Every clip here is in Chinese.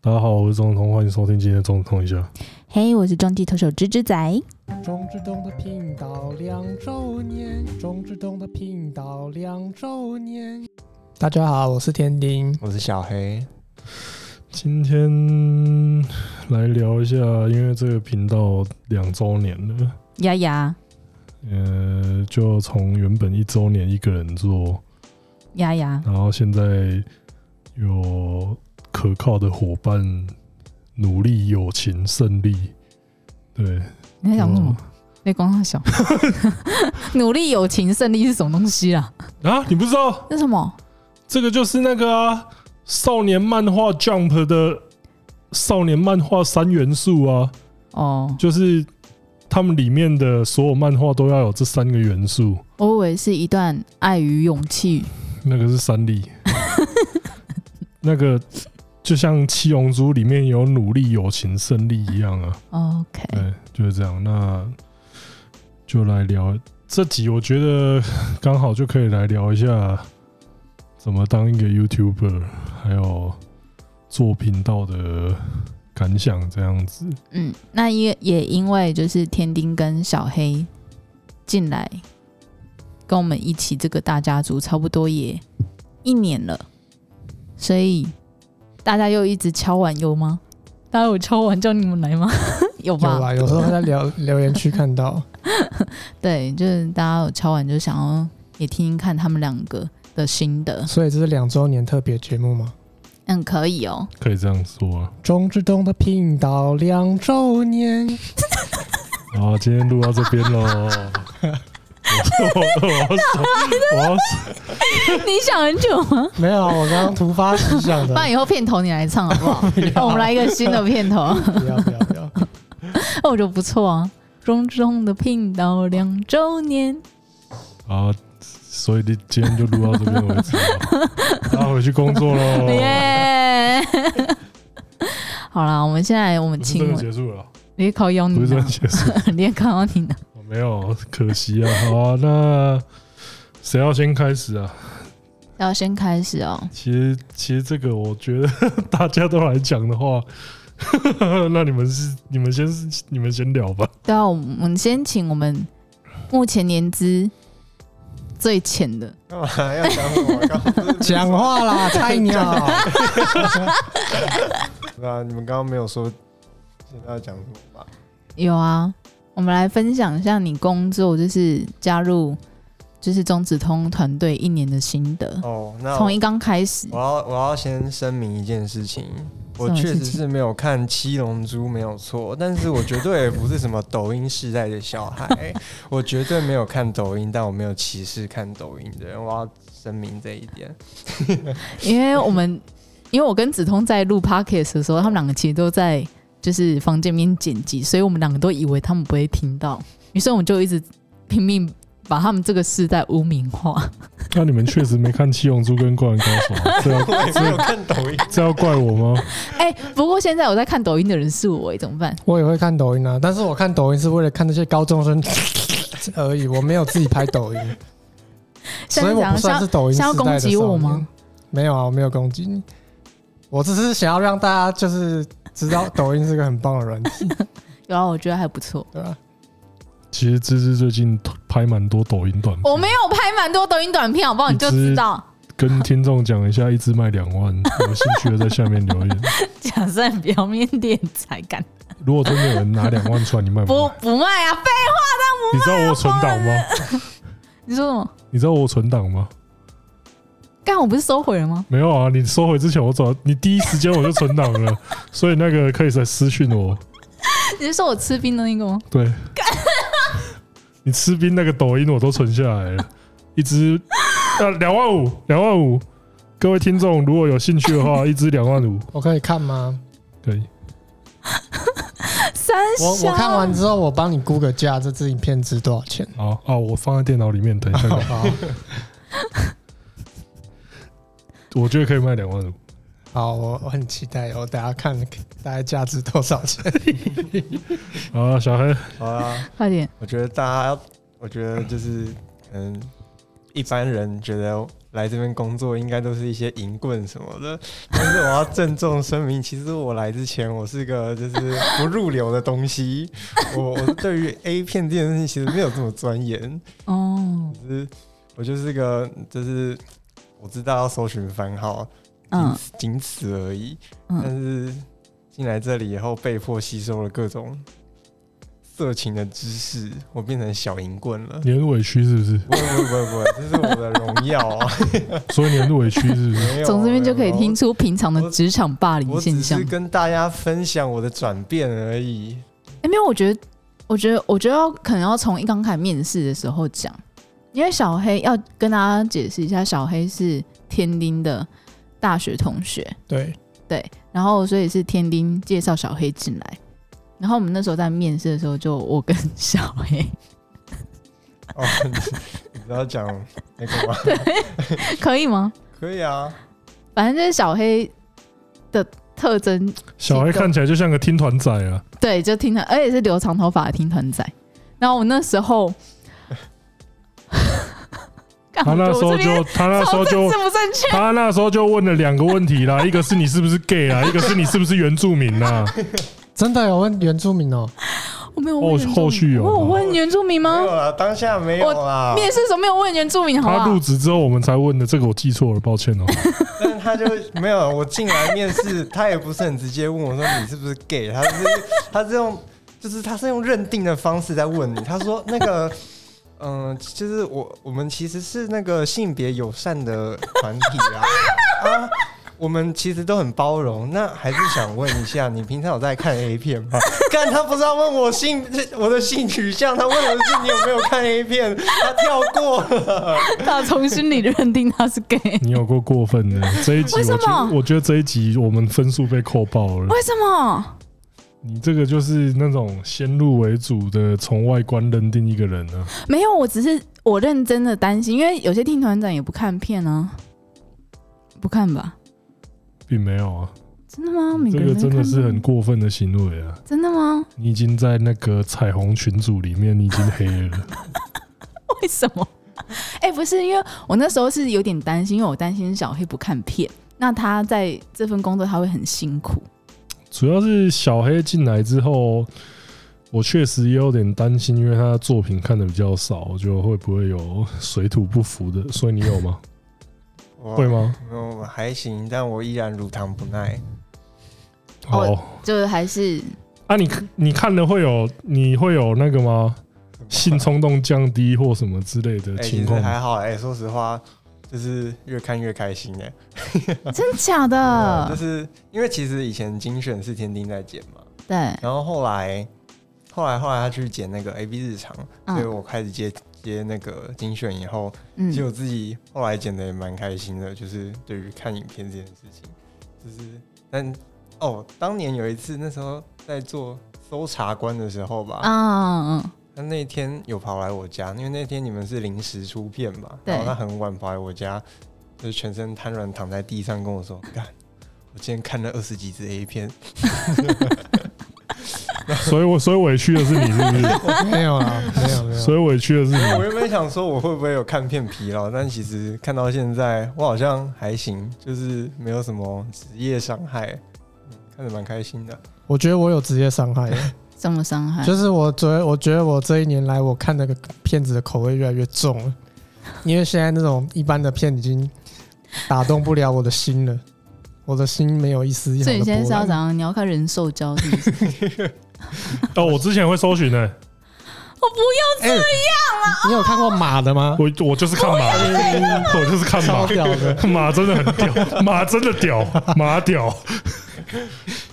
大家好，我是钟通，欢迎收听今天的钟通一下。嘿我是中继投手芝芝仔。中之洞的频道两周年，中之洞的频道两周年。大家好，我是天丁。我是小黑，今天来聊一下，因为这个频道两周年了，丫丫呃，就从原本一周年一个人做，丫丫，然后现在有可靠的伙伴，努力、友情、胜利，对，你在讲什么？在光上小， 努力、友情、胜利是什么东西啊？就？啊，你不知道那什么？这个就是那个啊，少年漫画 Jump 的少年漫画三元素啊。哦，就是他们里面的所有漫画都要有这三个元素，我以为是一段爱与勇气。那个是三力，那个就像《七龙珠》里面有努力、友情、胜利一样啊，哦 OK，对，就是这样。那就来聊这集，我觉得刚好就可以来聊一下怎么当一个 YouTuber，还有做频道的感想这样子。嗯，那也也因为就是天丁跟小黑进来跟我们一起这个大家族，差不多也一年了，所以大家又一直敲碗有吗？大家有敲碗叫你们来 吗？有有吧？啊，有时候在聊留 言区看到，对，就是大家有敲完就想要也听听看他们两个的心得，所以这是两周年特别节目嘛。嗯，可以哦。 可以这样说啊，中之洞的频道两周年，好，今天录到这边喽。我我我要手，我要手你想很久吗？没有，我刚刚突发奇想 的不。然以后片头你来唱好不好？ 那我们来一个新的片头， 不要不要不要！那我觉得不错啊。中中的频道两周年，好，所以你今天就录到这边为止了。大家回去工作喽。耶、 好啦，我们现在我们不是亲真的吻，结束了，你也靠腰你不是真呢的，结束， 你也靠腰你呢。我没有，可惜啊。好啊，那谁要先开始啊？要先开始哦，其实其实这个我觉得大家都来讲的话，那你们是你们先你们先聊吧。对啊，我们我们先请我们目前年资最浅的干嘛要讲我？刚刚不是讲话啦，菜 鸟！对啊，你们刚刚没有说现在要讲什么吧？有啊，我们来分享一下你工作，就是加入就是中子通团队一年的心得，哦，那哦从一刚开始我要我要先声明一件事情，我什么事确情实是没有看《七龙珠》没有错，但是我绝对也不是什么抖音时代的 小孩，我绝对没有看抖音，但我没有歧视看抖音的人，我要声明这一点。因为我们， 因为我跟子通在录 podcast 的时候，他们两个其实都在就是房间里面剪辑，所以我们两个都以为他们不会听到，于是我们就一直拼命把他们这个世代污名 化。那你们确实没看《七龙珠》跟《灌篮高手》啊，这要我也没有看抖音，这要怪我吗？哎、不过现在我在看抖音的人是我、哎，怎么办？我也会看抖音啊，但是我看抖音是为了看那些高中生而已，我没有自己拍抖音，所以我不算是抖音时代的想要攻击我吗少年？没有啊，我没有攻击你，我只是想要让大家就是知道抖音是个很棒的软 体，有啊，我觉得还不错。对吧？其实芝芝最近拍蛮多抖音短片，嗯我没有拍蛮多抖音短片，好不好？你就知道。跟听众讲一下，一支卖两 万，有兴趣的在下面留言。假设很表面点才敢，如果真的有人拿两万出来，你卖不不卖？不卖啊！废话，你知道我有存档吗？啊但不你说什么？你知道我有存档吗？刚我不是收回了吗？没有啊，你收回之前我早，你第一时间我就存档 了，所以那个可以来私讯我。你是说我吃冰的那个吗？ 对，你吃冰那个抖音我都存下来了，一支呃两万五，两万五。各位听众如果有兴趣的话，一支两万五我可以看吗？可以。三我小我看完之后，我帮你估个价，这支影片值多少钱？好啊，我放在电脑里面，等一下好看。好我觉得可以卖两万五。好，我我很期待，我等下看大概价值多少 钱。好啊，小黑，好啊。快点，嗯我觉得大家，我觉得就是可能一般人觉得来这边工作应该都是一些淫棍什么的，但是我要郑重声明，其实我来之前我是个就是不入流的东西，我我对于 A 片这件事情其实没有这么钻研，哦，就是我就是个就是我知道要搜寻番号，仅嗯此仅此而已。但嗯，是进来这里以后，被迫吸收了各种色情的知识，我变成小淫棍了。你很委屈是不是？不会不会不会，这是我的荣耀啊！所以你很委屈是不是？没有从这边就可以听没出平常的我职场霸有凌我只现象是。跟大家分享我的转变而已。欸，没有，我觉得，我觉得，我觉得要可能要从一刚开始面试的时候讲，因为小黑要跟大家解释一下，小黑是天丁的大学同学，对，然后所以是天丁介绍小黑进来，然后我们那时候在面试的时候，就我跟小黑，哦，你你知道讲那个吗？ 可以吗？可以啊，反正就是小黑的特征，小孩看起来就像个听团仔 啊，对，就听团，而且是留长头发的听团仔。然后我那时候 干。他那时候我这边就他那时候就超政治不正确。他那时候就问了两个问题啦，一个是你是不是 gay 啊 啦，一个是你是不是原住民啊 啦。真的有问原住民哦、我没有后问原住民后续有我吗啊有问原住民没吗？有啦，当下没有啦。面试的时候没有问原住民，好不他入 好？职之后我们才问的，这个我记错了，抱歉 哦。但是他就没有，我进来面试，他也不是很直接问我说你是不是 gay，他是他是用就是他是用认定的方式在问你，他说那个。嗯，就是我我们其实是那个性别友善的团体啊啊，我们其实都很包容。那还是想问一下，你平常有在看 A 片吗？干，他不是要问我性 我的性取向，他问我是你有没有看 A 片，他跳过了。打从心里认定他是 gay，你有够过分的，这一集我为什觉么得我觉得这一集我们分数被扣爆了。为什么？你这个就是那种先入为主的，从外观认定一个人啊。没有，我只是我认真的担心，因为有些听团长也不看片啊，不看吧？并没有啊，真的吗？每这人个都真的看是吗很过分的行为啊！真的吗？你已经在那个彩虹群组里面，你已经黑了。 为什么？哎、不是，因为我那时候是有点担心，因为我担心小黑不看片，那他在这份工作他会很辛苦。主要是小黑进来之后，我确实也有点担心，因为他的作品看的比较少，就会不会有水土不服的？所以你有吗？哇会？吗？嗯，还行，但我依然乳糖不耐。哦哦，就是还 是啊，你你看了会有你会有那个吗？性冲动降低或什么之类的哎、情其实况吗？还好哎、说实话，就是越看越开心哎、真的假啊，的就？是因为其实以前精选是天丁在剪嘛， 对，然后后来后来后来他去剪那个 A B 日常，所以我开始接接那个精选以后，嗯其实我自己后来剪的也蛮开心的，就是对于看影片这件事情，就是但哦，当年有一次那时候在做搜查官的时候吧，啊，嗯他那天有跑来我家，因为那天你们是临时出片嘛，对然后他很晚跑来我家，就是全身瘫软躺在地上跟我说：“干，我今天看了二十几支 A 片。 所以我所以委屈的是你， 是不是？没有啦，没有没有。所以委屈的是”我你。原本想说我会不会有看片疲劳，但其实看到现在我好像还行，就是没有什么职业伤害，嗯看着蛮开心的。我觉得我有职业伤害耶，什么伤害？就是我觉得我觉得我这一年来我看那个片子的口味越来越重了，因为现在那种一般的片已经打动不了我的心了，我的心没有一丝一毫所的以你现在是波要澜怎。样？你要看人兽交是不 是？哦，我之前会搜寻的、我不要，哎、你有看过马的吗？我我就是看马，哦我就是看超马，屌的， 马真的很 屌，马真的屌，马屌。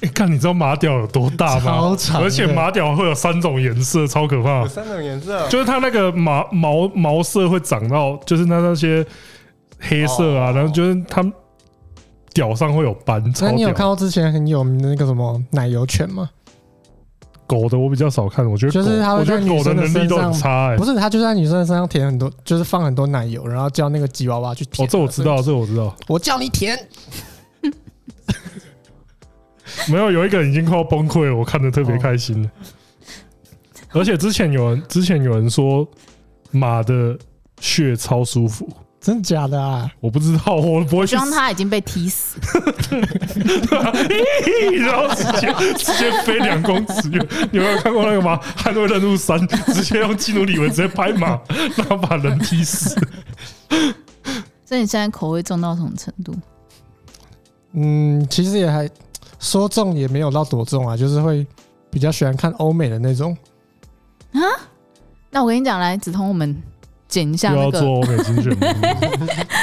你看、你知道马屌有多大吗超？长的而且马屌会有三种颜色，超可怕有。三种颜色，啊就是它那个毛毛毛色会长到，就是它那些黑色啊，哦然后就是它屌上会有斑，超那你有看屌。过之前很有名的那个什么奶油犬吗？狗的我比较少看，我觉得就是它狗会我觉在得女狗的生的能力都很身上差哎、不是，他就在女生身上舔很多，就是放很多奶油，然后叫那个吉娃娃去舔。哦，这我知道，，这我知道。我叫你舔，没有，有一个人已经快要崩溃了，我看的特别开哦心了。而且之前有人，之前有人说马的血超舒服，真假的啊？我不知道，我不会去希，望 他已经被踢死。然后直接直接飞两公尺远。你有没有看过那个吗？《捍卫任务三》直接用基努里维直接拍马， 然后把人踢 死。所以你现在口味重到什么程度？嗯，其实也还说重也没有到多重啊，就是会比较喜欢看欧美的那种。那我跟你讲，来子彤，我们剪一下又那要个做，欧美精选名 单，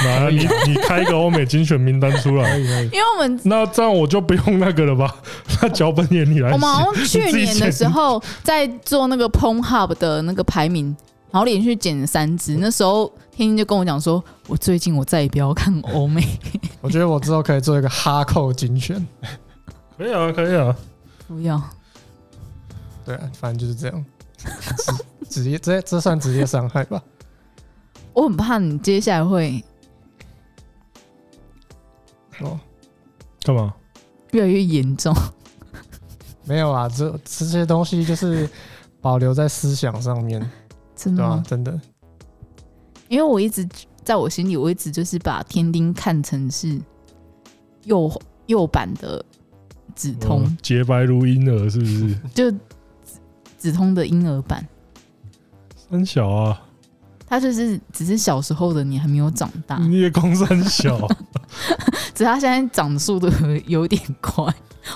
来，你你开一个欧美精选名单出来。因为我们那这样我就不用那个了吧？那脚本也你来我写们。好像去年的时候在做那个 p o n Hub 的那个排名，然后连续剪了三支。那时候天天就跟我讲说，我最近我再也不要看欧美， 我觉得我之后可以做一个哈扣精选。可以啊，可以啊。不要。 对啊，反正就是这样。 职职业这这算职业伤害吧？我很怕你接下来会哦，干嘛？越来越严重。没有啊，这这些东西就是保留在思想上面，真对的吧、吗？真的，因为我一直在我心里，我一直就是把天丁看成是右右版的止痛，嗯洁白如婴儿是不 是？就止止痛的婴儿版。三小啊，他就是只是小时候的你还没有长大，你也攻三小， 只是他现在长速的有点快。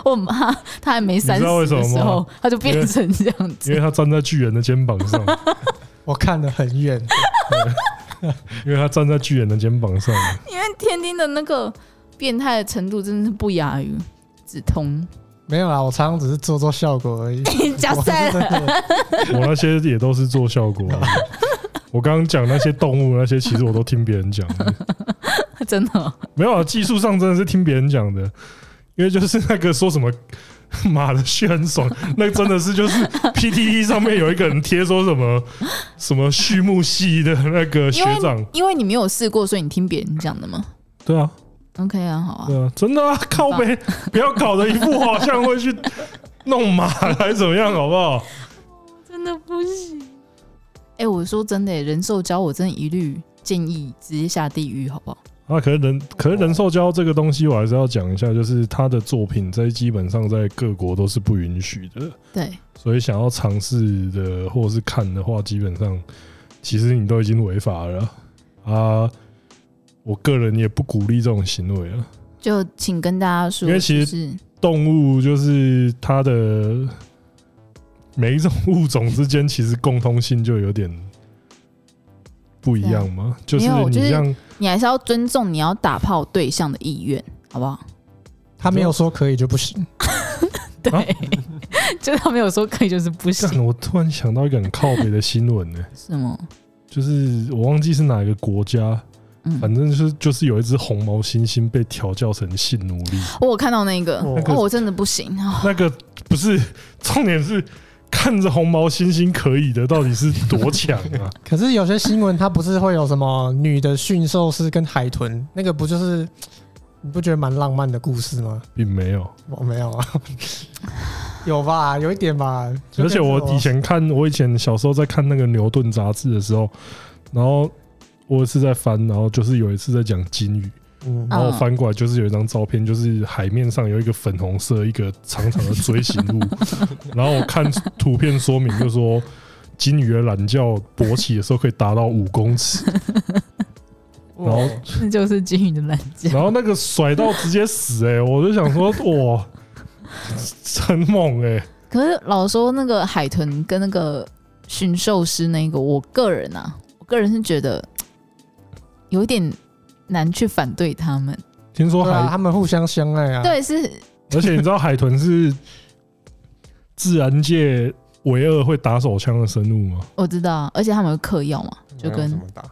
我很怕他还没三你知道为十什么的吗时候，他就变成这样因为子。他站在巨人的肩膀 上，我看得很远。因为他站在巨人的肩膀上。因为天丁的那个变态的程度真的是不亚于止 痛。没有啦，我常常只是做做效果 而已。加塞我是了，真的我那些也都是做效 果的。啊我刚刚讲那些动物那些，其实我都听别人 讲的。真的哦没有啊，技术上真的是听别人讲的，因为就是那个说什么 马的血很爽，那真的是就是 PTT 上面有一个人贴说什么什么畜牧系的那个学长，因为你没有试过，所以你听别人讲的嘛。对啊， OK 啊，好啊对，啊，真的啊，靠背，不要搞得一副好像会去弄马来怎么样，好不好？真的不行。哎、我说真的、人兽交我真的一律建议直接下地狱，好不好？啊，可是人，可是人兽交这个东西，我还是要讲一下，就是他的作品在基本上在各国都是不允许的。对，所以想要尝试的或者是看的话，基本上其实你都已经违法了啊！我个人也不鼓励这种行为啊。就请跟大家说，因为其实就是动物就是它的每一种物种之间，其实共通性就有点不一样嘛。就是啊没有就你是像你还是要尊重你要打炮对象的意愿，好不好？他没有说可以就不行。对，就他没有说可以，就是不干，我突然想到一个很靠北的新闻呢、 是吗？就是我忘记是哪个国家，反嗯，正就是就是有一只红毛猩猩被调教成性奴隶。哦我有看到那个，那个哦，我真的不行啊！那个不是重点是看着红毛猩猩可以的到底是多强 啊？可是有些新闻它不是会有什么女的驯兽师跟海豚，那个不就是你不觉得蛮浪漫的故事吗？并没有，我没有啊， 有吧，有一点吧。而且我以前看，我以前小时候在看那个牛顿杂志的时候，然后我是在翻，然后就是有一次在讲金鱼，嗯然后嗯翻过来就是有一张照片，就是海面上有一个粉红色一个长长的锥形物， 然后我看图片说明就说。金鱼的懒觉勃起的时候可以达到五公 尺，然后嗯那就是金鱼的懒觉，然后那个甩到直接死哎、欸，我就想说哇，很猛哎、欸，可是老实说那个海豚跟那个驯兽师那个，我个人啊，我个人是觉得有点难去反对他们。听说对海，啊，他们互相相爱啊。，对，是而且你知道海豚是自然界唯二会打手枪的生物吗？我知道啊，而且他们会嗑药嘛，就没有怎跟么打，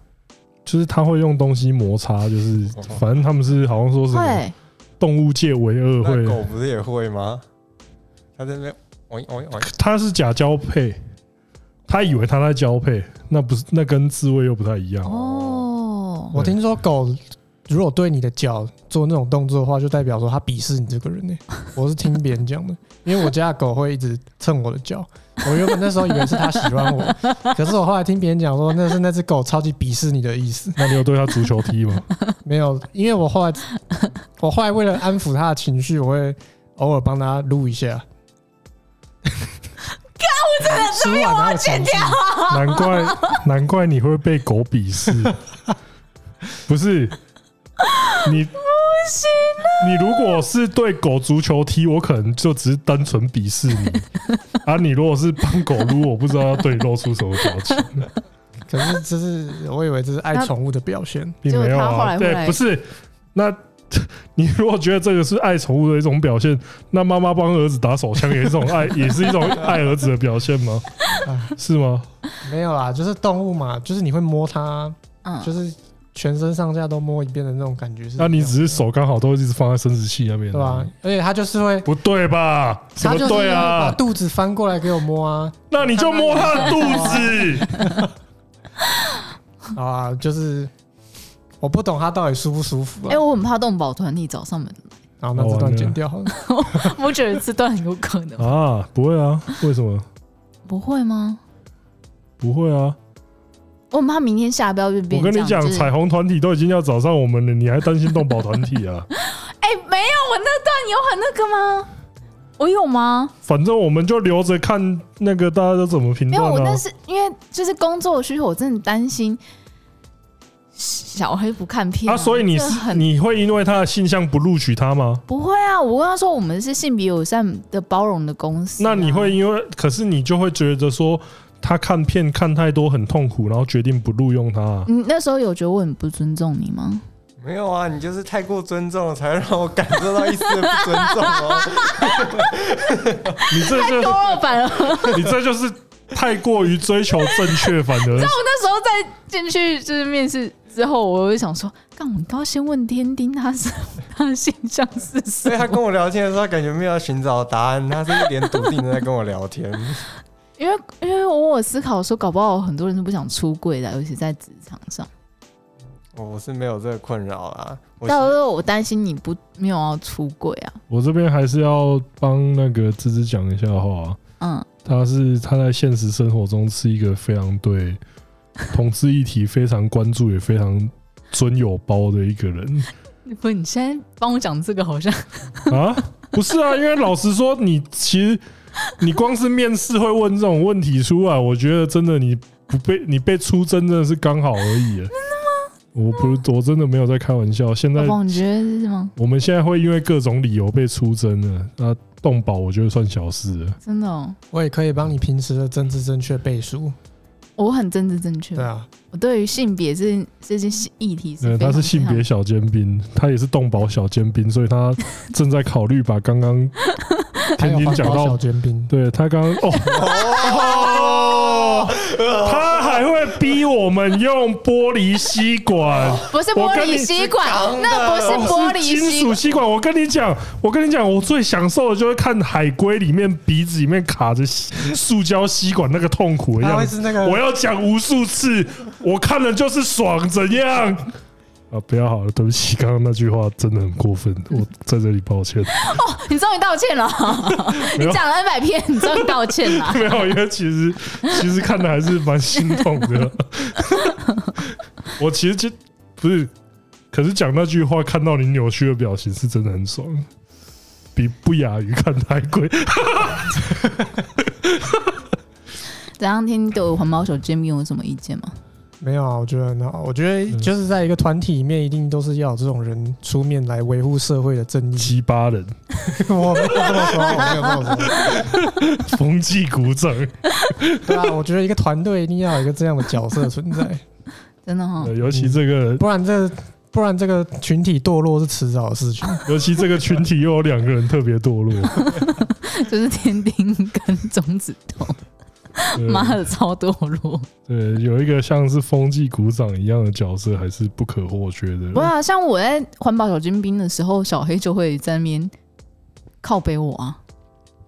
就是它会用东西摩擦，就是反正他们是好像说什么会动物界唯二那会，狗不是也会吗？它在那边，哦哦哦，它是假交配，它以为它在交配，那不是那跟自慰又不太一样。哦。我听说狗如果对你的脚做那种动作的话，就代表说他鄙视你这个 人呢、我是听别人讲的，因为我家的狗会一直蹭我的脚，我原本那时候以为是它喜欢我，可是我后来听别人讲说那是那只狗超级鄙视你的意思。那你有对他足球踢吗？没有，因为我后 来我后来为了安抚他的情绪，我会偶尔帮他撸一下。看，我真的是我要剪掉。啊难怪难怪你会被狗鄙 视，不是？你不行啊你如果是对狗足球踢，我可能就只是单纯鄙视 你啊。你如果是帮狗撸，我不知道要对你露出什么表 情，可是这是我以为这是爱宠物的表现，并没结有果他后啊。来会对，来不是那。 你如果觉得这个是爱宠物的一种表现，那妈妈帮儿子打手枪也是一 种爱，也是一种爱儿子的表现吗？啊是吗？没有啦，就是动物嘛，就是你会摸它，嗯，就是全身上下都摸一遍的那种感觉是这那样的。你只是手刚好都一直放在生殖器那边，对吧、啊而且它就是会不对吧？什它么就是对把啊？肚子翻过来给我摸 啊，那你就摸他的肚子。啊，就是我不懂它到底舒不舒服哎、啊。我很怕动保团体找上门，然后那这段剪掉好了。我觉得这段很有可能。 啊，不会啊，为什么不会吗？不会啊？我很怕明天下标就变我跟你这样讲，就是彩虹团体都已经要找上我们了，你还担心动保团体 啊？哎、没有，我那段有很那个吗？我有吗？反正我们就留着看那个大家都怎么评因为我论那啊。是因为就是工作的需求，我真的担心小黑不看片啊，所以你这是很你会因为他的性向不录取他吗？不会啊。我跟他说，我们是性别友善的包容的公司、啊那你会？因为，可是你就会觉得说他看片看太多很痛苦，然后决定不录用他啊。嗯你那时候有觉得我很不尊重你 吗？没有啊，你就是太过尊重了，才会让我感受到一丝的不尊重哦。你这就多了哦反而，我你这就是太过于追求正确，反 而那时候在进去就是面试之后，我就想说，干，我都要先问天丁他是他的形象是什 所以么？他跟我聊天的时候，他感觉没有要寻找答案，他是一脸笃定的在跟我聊天。因为因为我有思考说，搞不好很多人都不想出柜的，尤其在职场上。我哦我是没有这个困扰啊，我到时是候我担心你不没有要出柜啊。我这边还是要帮那个芝芝讲一下话。嗯，他是他在现实生活中是一个非常对同志议题非常关注，也非常尊有包的一个 人不，你现在帮我讲这个好像啊。不是啊，因为老实说，你其实你光是面试会问这种问题出来，我觉得真的你不被你被出征真的是刚好而已。真的吗？哦我不，我真的没有在开玩笑。现在宝宝，你觉得是吗？我们现在会因为各种理由被出征的，那动保我觉得算小事了。真的、哦，我也可以帮你平时的政治正确背书，我很政治正确。对啊，我对于性别这这件事议题是对，非他常是性别小尖兵，他也是动保小尖兵，所以他正在考虑把刚 刚还有天津环讲保小到，尖兵，对他刚刚 哦哦，他还会逼我们用玻璃吸管，不是玻璃吸管我跟，你那不是玻璃金吸属管。吸管。我跟你讲，我跟你讲，我最享受的就是看海龟里面鼻子里面卡着吸塑胶吸管那个痛苦的他样会子。是那个我要讲无数次，我看了就是爽，怎 样？啊，不要好了，对不起，刚刚那句话真的很过分，我在这里抱歉。你终于道歉了，没有你讲了 N 百遍，你终于道歉了。 没有，因为其实其实看的还是蛮心痛的。我其实就不是，可是讲那句话，看到你扭曲的表情是真的很爽，比不亚于看太贵。怎样？天天对我环保手煎饼有什么意见吗？没有啊，我觉得很好。我觉得就是在一个团体里面，一定都是要有这种人出面来维护社会的正义。鸡巴人， 我没有这么说，我没有这么说。风纪鼓掌，对啊，我觉得一个团队一定要有一个这样的角色存在，真的哦哈、呃尤其这个，嗯不然这不然这个群体堕落是迟早的事情。尤其这个群体又有两个人特别堕 落。就是天丁跟中指头，对妈的超堕落。对，有一个像是风纪鼓掌一样的角色，还是不可或缺的。不是啊，像我在环保小精兵的时候，小黑就会在那边靠背我啊。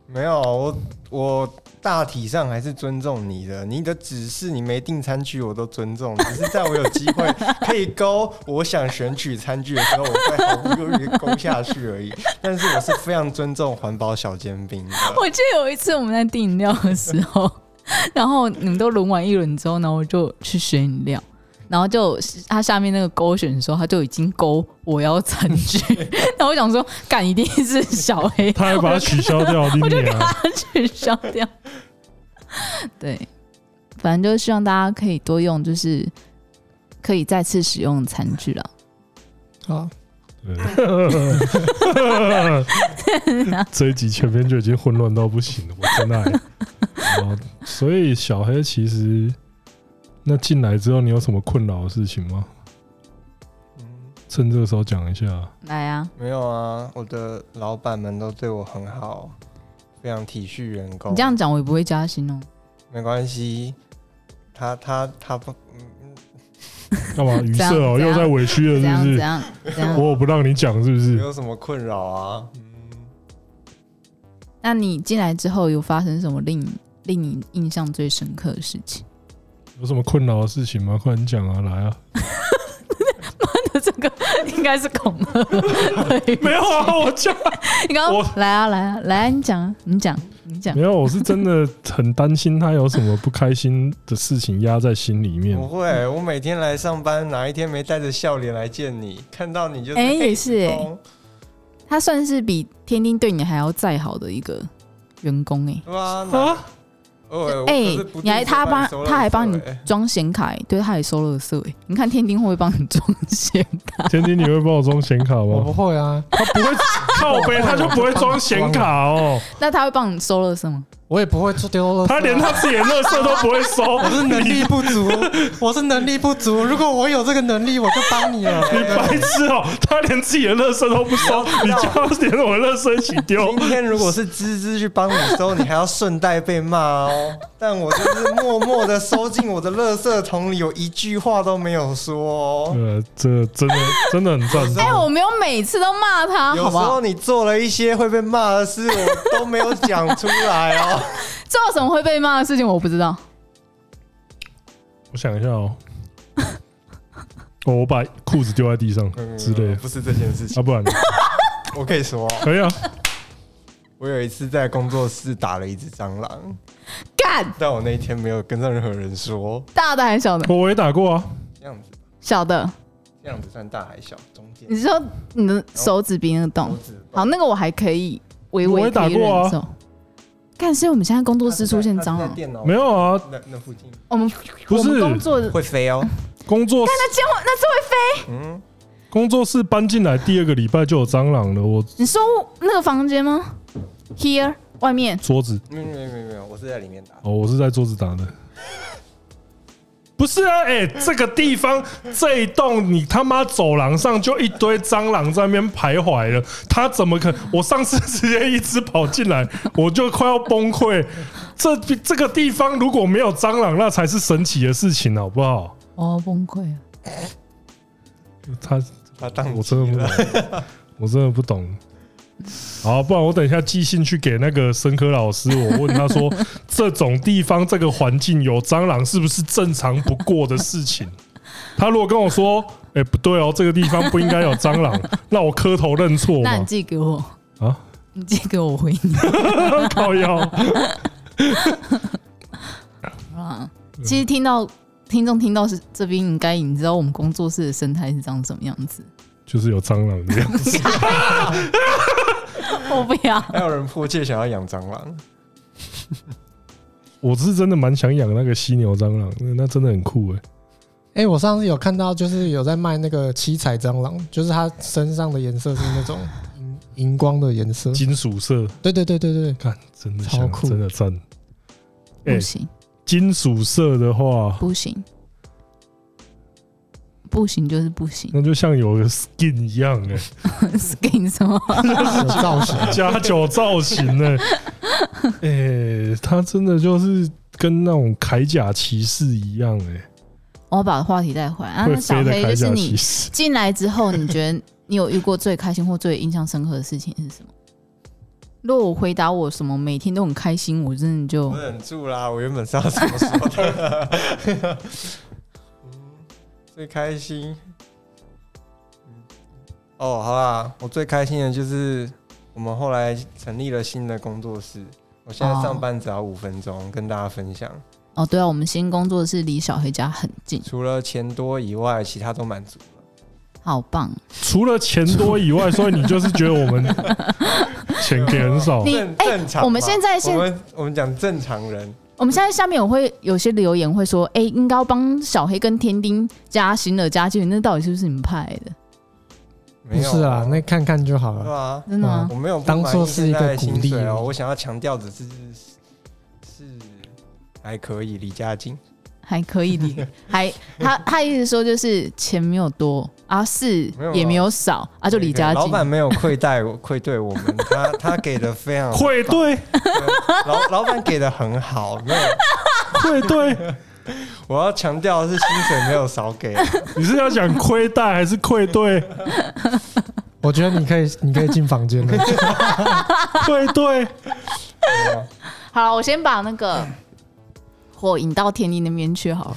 没有，我我大体上还是尊重你的，你的指示你没定餐具我都尊重，只是在我有机会可以勾我想选取餐具的时候，我会毫不犹豫地勾下去而已。但是我是非常尊重环保小煎饼的， 我记得有一次我们在订饮料的时候， 然后你们都轮完一轮之后，然后我就去选饮料，然后就他下面那个勾选的时候，他就已经勾我要餐具， 然后我想说，干一定是小 黑，他还把它取消掉，你 我就娘！把它取消掉。对，反正就是希望大家可以多用，就是可以再次使用的餐具了。好， 对这一集前面就已经混乱到不行了，我真爱。啊，所以小黑其实那进来之后，你有什么困扰的事情吗？嗯，趁这个时候讲一下。来啊，没有啊，我的老板们都对我很好，非常体恤员哦工。你这样讲我也不会加薪哦。没关系，他他他不，嗯干 嘛？语怎样塞哦，怎又样在委屈了，怎样是不怎是？样怎样？我有不让你讲，是不没是？有什么困扰啊。那你进来之后有发生什么令令你印象最深刻的事情？ 有什么困扰的事情吗？快点讲啊，来啊！这个应该是恐 吓。对没有啊，我讲你刚我刚来啊来啊来啊，你讲啊你讲你讲没。有，我是真的很担心他有什么不开心的事情压在心里面哦不。会，我每天来上班，哪一天没带着笑脸来见你，看到你就是哎嘿也是哎工他算是比天丁对你还要再好的一个员工哎、对啊，哪啊，哦哎、我可是不定你还时他帮收垃圾他还帮你哎装显卡、欸，对，他也收了色哎、你看天丁会不会帮你装显 卡？天津你会帮我装显卡哦我不吗？会啊，他不会靠背，他就不会装显卡哦。 那他会帮你收了什么？我也不会做丢垃圾啊他连他自己的垃圾都不会 收，我是能力不足，我是能力不足。如果我有这个能力，我就帮你 了。你白痴哦！他连自己的垃圾都不 收，你叫他连我的垃圾一起丢今。天如果是芝芝去帮你收，你还要顺带被骂哦。但我就是默默的收进我的垃圾桶里，有一句话都没有说哦。呃，这真的真的很赞 哎、我没有每次都骂他，有好时不啊好候？你做了一些会被骂的事，我都没有讲出来哦。做什么会被骂的事情我不知道。我想一下哦，哦我把裤子丢在地上之类的嗯不是这件事情，啊，不然呢我可以说，可以啊。我有一次在工作室打了一只蟑螂，干，但我那一天没有跟任何人说。大的还是小的？我也打过啊，这样子，小的。这样子算大还小？中间你是说你的手指比那个手洞？指吧好，那个我还可以微我也微可打以过啊忍受。但是我们现在工作它是室在出现它是在蟑螂，电脑没有啊，那那附近我们不我是们工作的，会飞哦。工作那那监控那是会飞。嗯，工作室搬进来第二个礼拜就有蟑螂了，我你说那个房间吗？Here 外面桌子没有没有没有没有，我是在里面打。哦，我是在桌子打的。不是啊，哎、这个地方这一栋，你他妈走廊上就一堆蟑螂在那边徘徊了，他怎么可？我上次直接一只跑进来，我就快要崩溃。这这个地方如果没有蟑螂，那才是神奇的事情，好不好？我要崩溃啊了。他他当啊我真的不懂，我真的不懂。好，不然我等一下寄信去给那个生科老师，我问他 说，这种地方这个环境有蟑螂是不是正常不过的事情？他如果跟我说，哎、不对哦，这个地方不应该有蟑螂，那我磕头认错那嘛你？寄给我啊，你寄给我我回你靠 腰，啊。嗯其实听到听众听到是这边，应该你知道我们工作室的生态是长什么样子。就是有蟑螂的样子。 我不要，还有人迫切想要养蟑螂，我是真的蛮想养那个犀牛蟑螂，那那真的很酷哎、哎、我上次有看到，就是有在卖那个七彩蟑螂，就是它身上的颜色是那种荧荧光的颜色。金属色，对对对对对，看真的超香，酷真的赞。哎、不行金属色的话，不行不行，就是不行。那就像有个 skin 一样哎、 skin 什么？有造型。 加九造型 呢、欸，哎、他真的就是跟那种铠甲骑士一样哎、我把话题带回来啊。会那小飞的黑铠就是甲你骑士。进来之后，你觉得你有遇过最开心或最印象深刻的事情是什么？如果我回答我什么每天都很开心，我真的就我忍住啦，我原本是要这么说的。嗯最开心，嗯哦，好啦，我最开心的就是我们后来成立了新的工作室，我现在哦上班只要五分钟，跟大家分享。哦，对啊，我们新工作室离小黑家很近，除了钱多以外，其他都满足了。好棒！除了钱多以外，所以你就是觉得我们钱给很少 你，正哎正常嘛，我们现在现我们我们讲正常人，我们现在下面我会有些留言会说，哎、应该要帮小黑跟天丁加薪了加进去，那到底是不是你们派的？ 没不有是啊，那看看就好对了。啊，真的吗？我没有不当满作意是现一在个的鼓薪励啊水哦，而已我想要强调的是是还可以离家近，还可以 的，还他他意思说就是钱没有多啊，是没有啊也没有少啊，就离家老近。板没有愧待我愧对我们，他他给的非常愧对老老板给的很好，没有，愧对，我要强调的是薪水没有少给，你是要讲亏待还是愧对？ 我觉得你可以，你可以进房 间了。愧对，好了，我先把那个嗯火引到天丁那边去好了。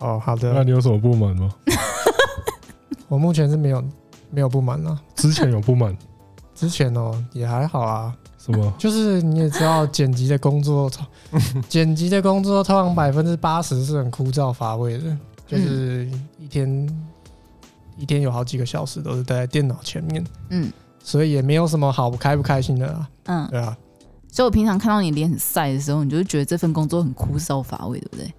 哦，好那的，你有什么不满吗？我目前是没有没有不满啊。之前有不满之前哦也还好啊，什么？就是你也知道剪辑的工作，操剪辑的工作通常百分之八十是很枯燥乏味的，就是一天一天有好几个小时都是待在电脑前面，嗯所以也没有什么好不开不开心的啦，嗯，对啊，所以我平常看到你脸很晒的时候，你就会觉得这份工作很枯燥乏味，对不对？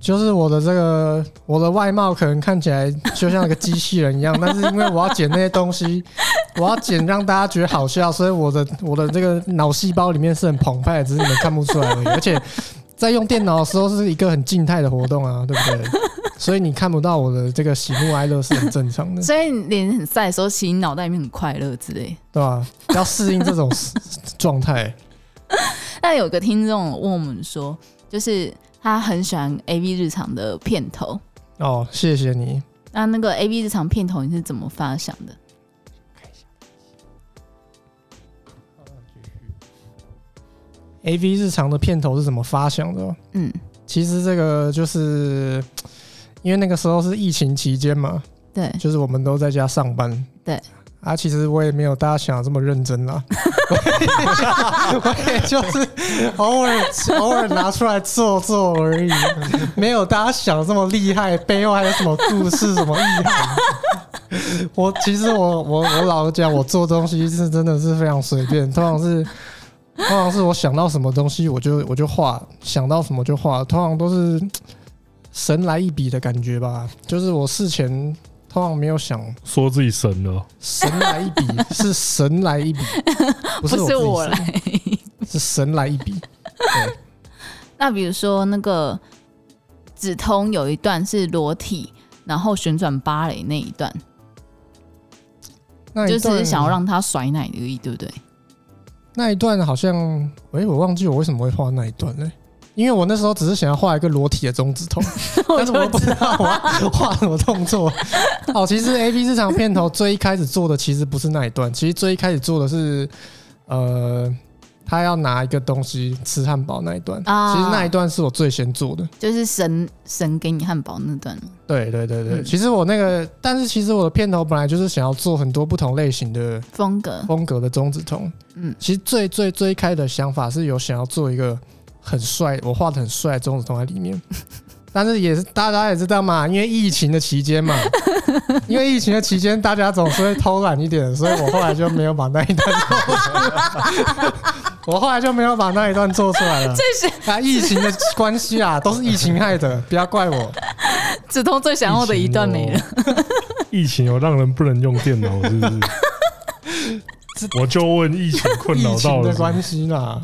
就是我的这个我的外貌可能看起来就像个机器人一样， 但是因为我要剪那些东西，我要剪让大家觉得好笑，所以我的我的这个脑细胞里面是很澎湃的，只是你们看不出来而已。而且在用电脑的时候是一个很静态的活动啊，对不对？所以你看不到我的这个喜怒哀乐是很正常 的，所以你脸很晒的时候，其实你脑袋里面很快乐之类。对吧？要适应这种状态。那有个听众问我们说，就是他很喜欢 A V 日常的片头，哦，谢谢你。那那个 A V 日常片头你是怎么发想的？ A V 日常的片头是怎么发想的哦？嗯，其实这个就是因为那个时候是疫情期间嘛，对，就是我们都在家上班。对。啊，其实我也没有大家想的这么认真 啦，我也就是偶尔偶尔拿出来做做而已，没有大家想的这么厉害，背后还有什么故事、什么意涵？我其实我我我老实讲，我做东西是真的是非常随便，通常是通常是我想到什么东西我就我就画，想到什么就画，通常都是神来一笔的感觉吧，就是我事前通常没有想说自己神了，神来一 笔，是神来一笔，不是不是我我自己来。生是神来一笔。 那比如说那个紫通有一段是裸体，然后旋转芭蕾那一段，那一就只段啊是想要让他甩奶而已，对不对？那一段好像，哎、我忘记我为什么会画那一段嘞、因为我那时候只是想要画一个裸体的中指 头，但是我又不知道我要 画什么动作。哦，其实 A B 这场片头最一开始做的其实不是那一段，其实最一开始做的是，呃，他要拿一个东西吃汉堡那一段。啊其实那一段是我最先做的。就是神神给你汉堡那段吗对对对对，嗯其实我那个，但是其实我的片头本来就是想要做很多不同类型的风格，风格的中指通。嗯其实最最最一开的想法是有想要做一个很帅，我画的很帅的中指通在里面， 但是也是大家也知道嘛，因为疫情的期 间嘛，因为疫情的期间大家总是会偷懒一点，所以我后来就没有把那一段做 出来，我后来就没有把那一段做出来了。这是啊，疫情的关系啊，都是疫情害的，不要怪我。紫通最想要的一段没了。哦疫情有让人不能用电脑，是不是？我就问疫情困扰疫到情了什的么关系啦，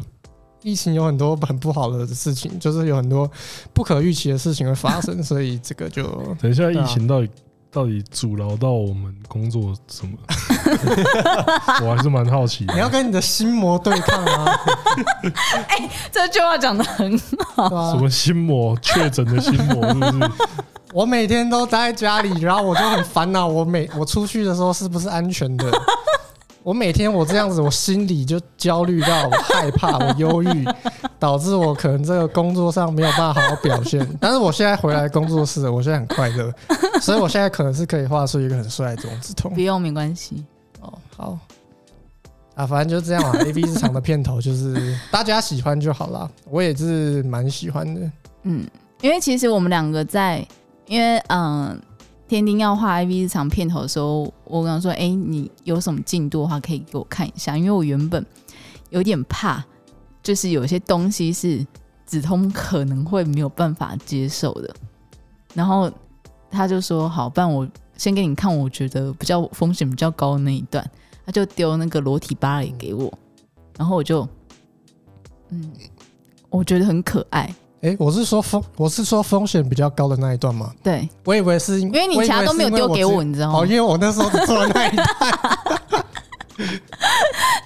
疫情有很多很不好的事情，就是有很多不可预期的事情会发 生，所以这个就等一下，对啊疫情到底、到底阻挠到我们工作什么？ 我还是蛮好奇的。你要跟你的心魔对抗 啊， 这句话讲的很 对什吧？么心魔？确诊的心魔是不 是？我每 天都待在家里，然后我就很烦恼，我每我出去的时候是不是安全的？我每天我这样子，我心里就焦虑到，我害怕，我忧郁，导致我可能这个工作上没有办法好好表现。 但是我现在回来工作室了，我现在很快乐，所以我现在可能是可以画出一个很帅的中子通不。用没关系。哦，好啊，反正就这样 啊。A B 市场的片头就是大家喜欢就好啦，我也是蛮喜欢的。嗯，因为其实我们两个在，因为嗯，天丁要画 IV 日常片头的时候，我跟他说，哎、你有什么进度的话，可以给我看一下，因为我原本有点怕，就是有些东西是子通可能会没有办法接受的。然后他就说，好，不然我先给你看，我觉得比较风险比较高的那一段，他就丢那个裸体芭蕾给我，然后我就，嗯，我觉得很可爱，诶，我是说风，我是说风险比较高的那一段吗？对。我以为是因因为你其他都没有丢给我，以为是因为你知只道哦，吗因？为我那时候只做了那一段。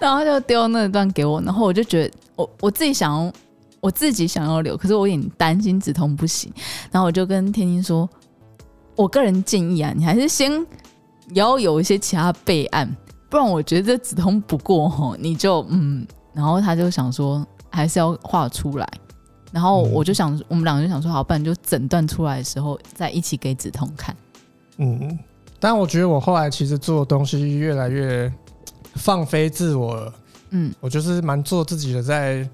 然后他就丢那段给我，然后我就觉得我我自己想要我自己想要留，可是我有点担心止痛不行，然后我就跟天天说，我个人建议啊，你还是先也要有一些其他备案，不然我觉得这止痛不过吼，你就嗯，然后他就想说还是要画出来。然后我就想，我们两个就想说，好，不然就整段出来的时候再一起给止痛看。嗯，但我觉得我后来其实做的东西越来越放飞自我了，嗯我就是蛮做自己的，在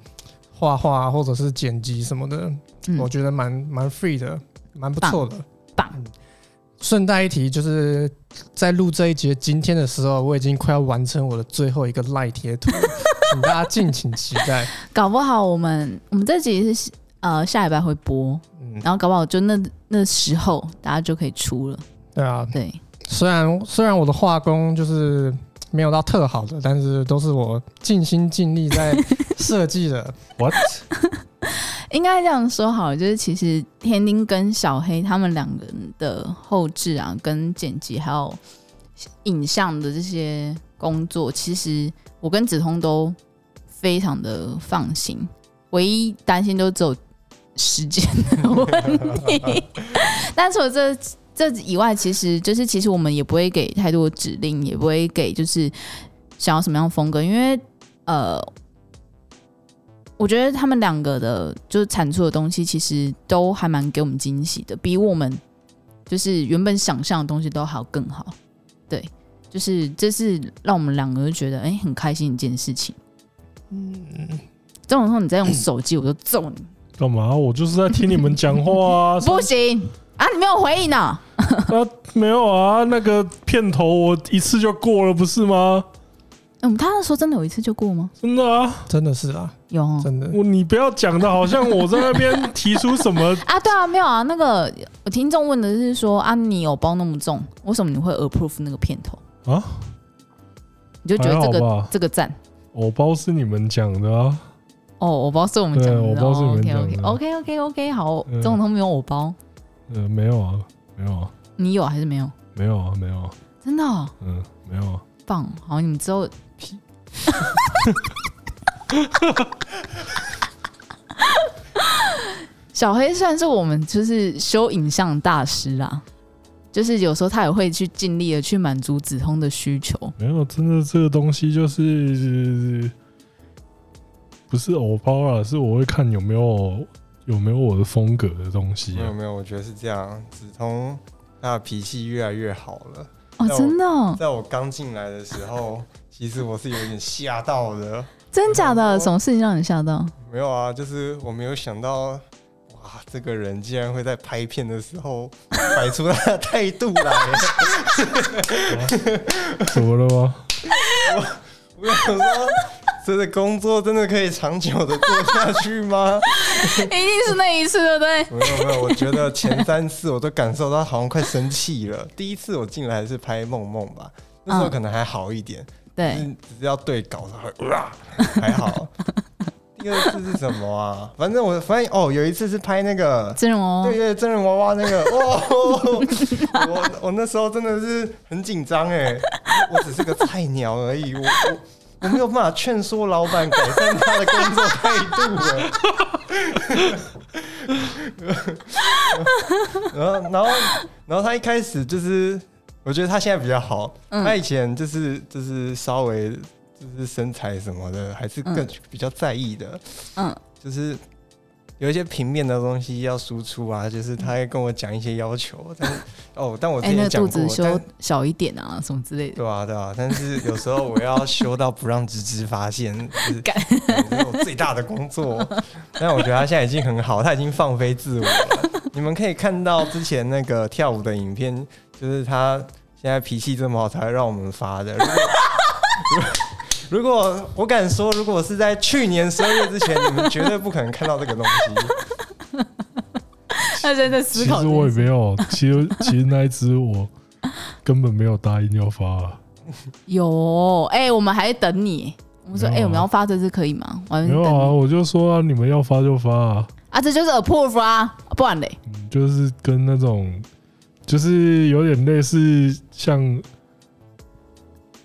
画画啊或者是剪辑什么的，嗯，我觉得蛮蛮 free 的，蛮不错的。棒嗯顺带一提，就是在录这一节今天的时候，我已经快要完成我的最后一个赖贴 图了，请大家敬请期待。搞不好我们我们这集是呃下礼拜会播，嗯，然后搞不好就那那时候大家就可以出了。对啊，对，虽然虽然我的画工就是没有到特好的，但是都是我尽心尽力在设计 的。 What？应该这样说好了，就是其实天丁跟小黑他们两个人的后置啊，跟剪辑还有影像的这些工作，其实我跟子通都非常的放心，唯一担心都只有时间的问题。但除了这这以外，其实就是其实我们也不会给太多指令，也不会给就是想要什么样的风格，因为呃，我觉得他们两个的就是产出的东西，其实都还蛮给我们惊喜的，比我们就是原本想象的东西都还要更好。对，就是这是让我们两个就觉得哎、很开心的一件事情。嗯，这种时候你再用手机，我就揍你！！干嘛？我就是在听你们讲话啊 不行啊，你没有回应呢。啊，没有啊，那个片头我一次就过了，不是吗？嗯，他那时候真的有一次就过吗？真的啊，真的是啦，有哦真的。我你不要讲的好像我在那边提出什 么啊，对啊，没有啊。那个我听众问的是说啊，你有包那么重，为什么你会 approve 那个片头？啊，你就觉得还这好个吧？这个赞我包是你们讲的啊，哦，我包是我们对讲的，哦我包是你们讲的 OK OK OK OK，好，嗯这种都没有我包，呃，没有啊，没有啊，你有还是没有？没有啊，没有啊，真的哦嗯，没有啊。棒，好，你们之后。 小黑算是我们就是修影像大师啦，就是有时候他也会去尽力的去满足子通的需求。没有，啊真的这个东西就是不是偶包啦，是我会看有没有有没有我的风格的东西没有啊、没有，我觉得是这样。子通他的脾气越来越好了。哦，那我真的哦，在我刚进来的时候，其实我是有点吓到的。真假的？哦我什么事情让你吓到？没有啊，就是我没有想到，哇，这个人竟然会在拍片的时候摆出他的态度来。嗯怎么了吗？我想说，这个工作真的可以长久的做下去吗？ 一定是那一次，对不对？没有没有，我觉得前三次我都感受到好像快生气了。第一次我进来还是拍梦梦吧，那时候嗯可能还好一点，对，嗯，只是要对稿的话，哇，还好。第二次是什么啊？反正我发现哦，有一次是拍那个真容哦对，对，真人娃娃那个，哇！ 我我那时候真的是很紧张哎，我只是个菜鸟而已，我我我没有办法劝说老板改善他的工作态度了。然后然后然后他一开始就是我觉得他现在比较好，嗯他以前就是就是稍微就是身材什么的，还是更嗯比较在意的，嗯，就是有一些平面的东西要输出啊，就是他会跟我讲一些要求，但是哦，但我之嗯哎、那前个讲肚过，子但修小一点啊，什么之类的。 对啊，对啊，但是有时候我要修到不让芝芝 发现，就是干对这是我最大的工作。但我觉得他现在已经很好，他已经放飞自我了。你们可以看到之前那个跳舞的影片，就是他现在脾气这么好才会让我们发的。如果如果如果我敢说，如果是在去年十二月之前，你们绝对不可能看到这个东西。他正在其 思考实这我件也事。没有，啊其实其实那一只我根本没有答应要发、啊，有哎、我们还等你。我们说，哎、没有啊我们要发这支可以吗？我们没嗯等有你啊，我就说啊，你们要发就发啊，啊，这就是 approve 啊，不然嘞，嗯就是跟那种就是有点类似像你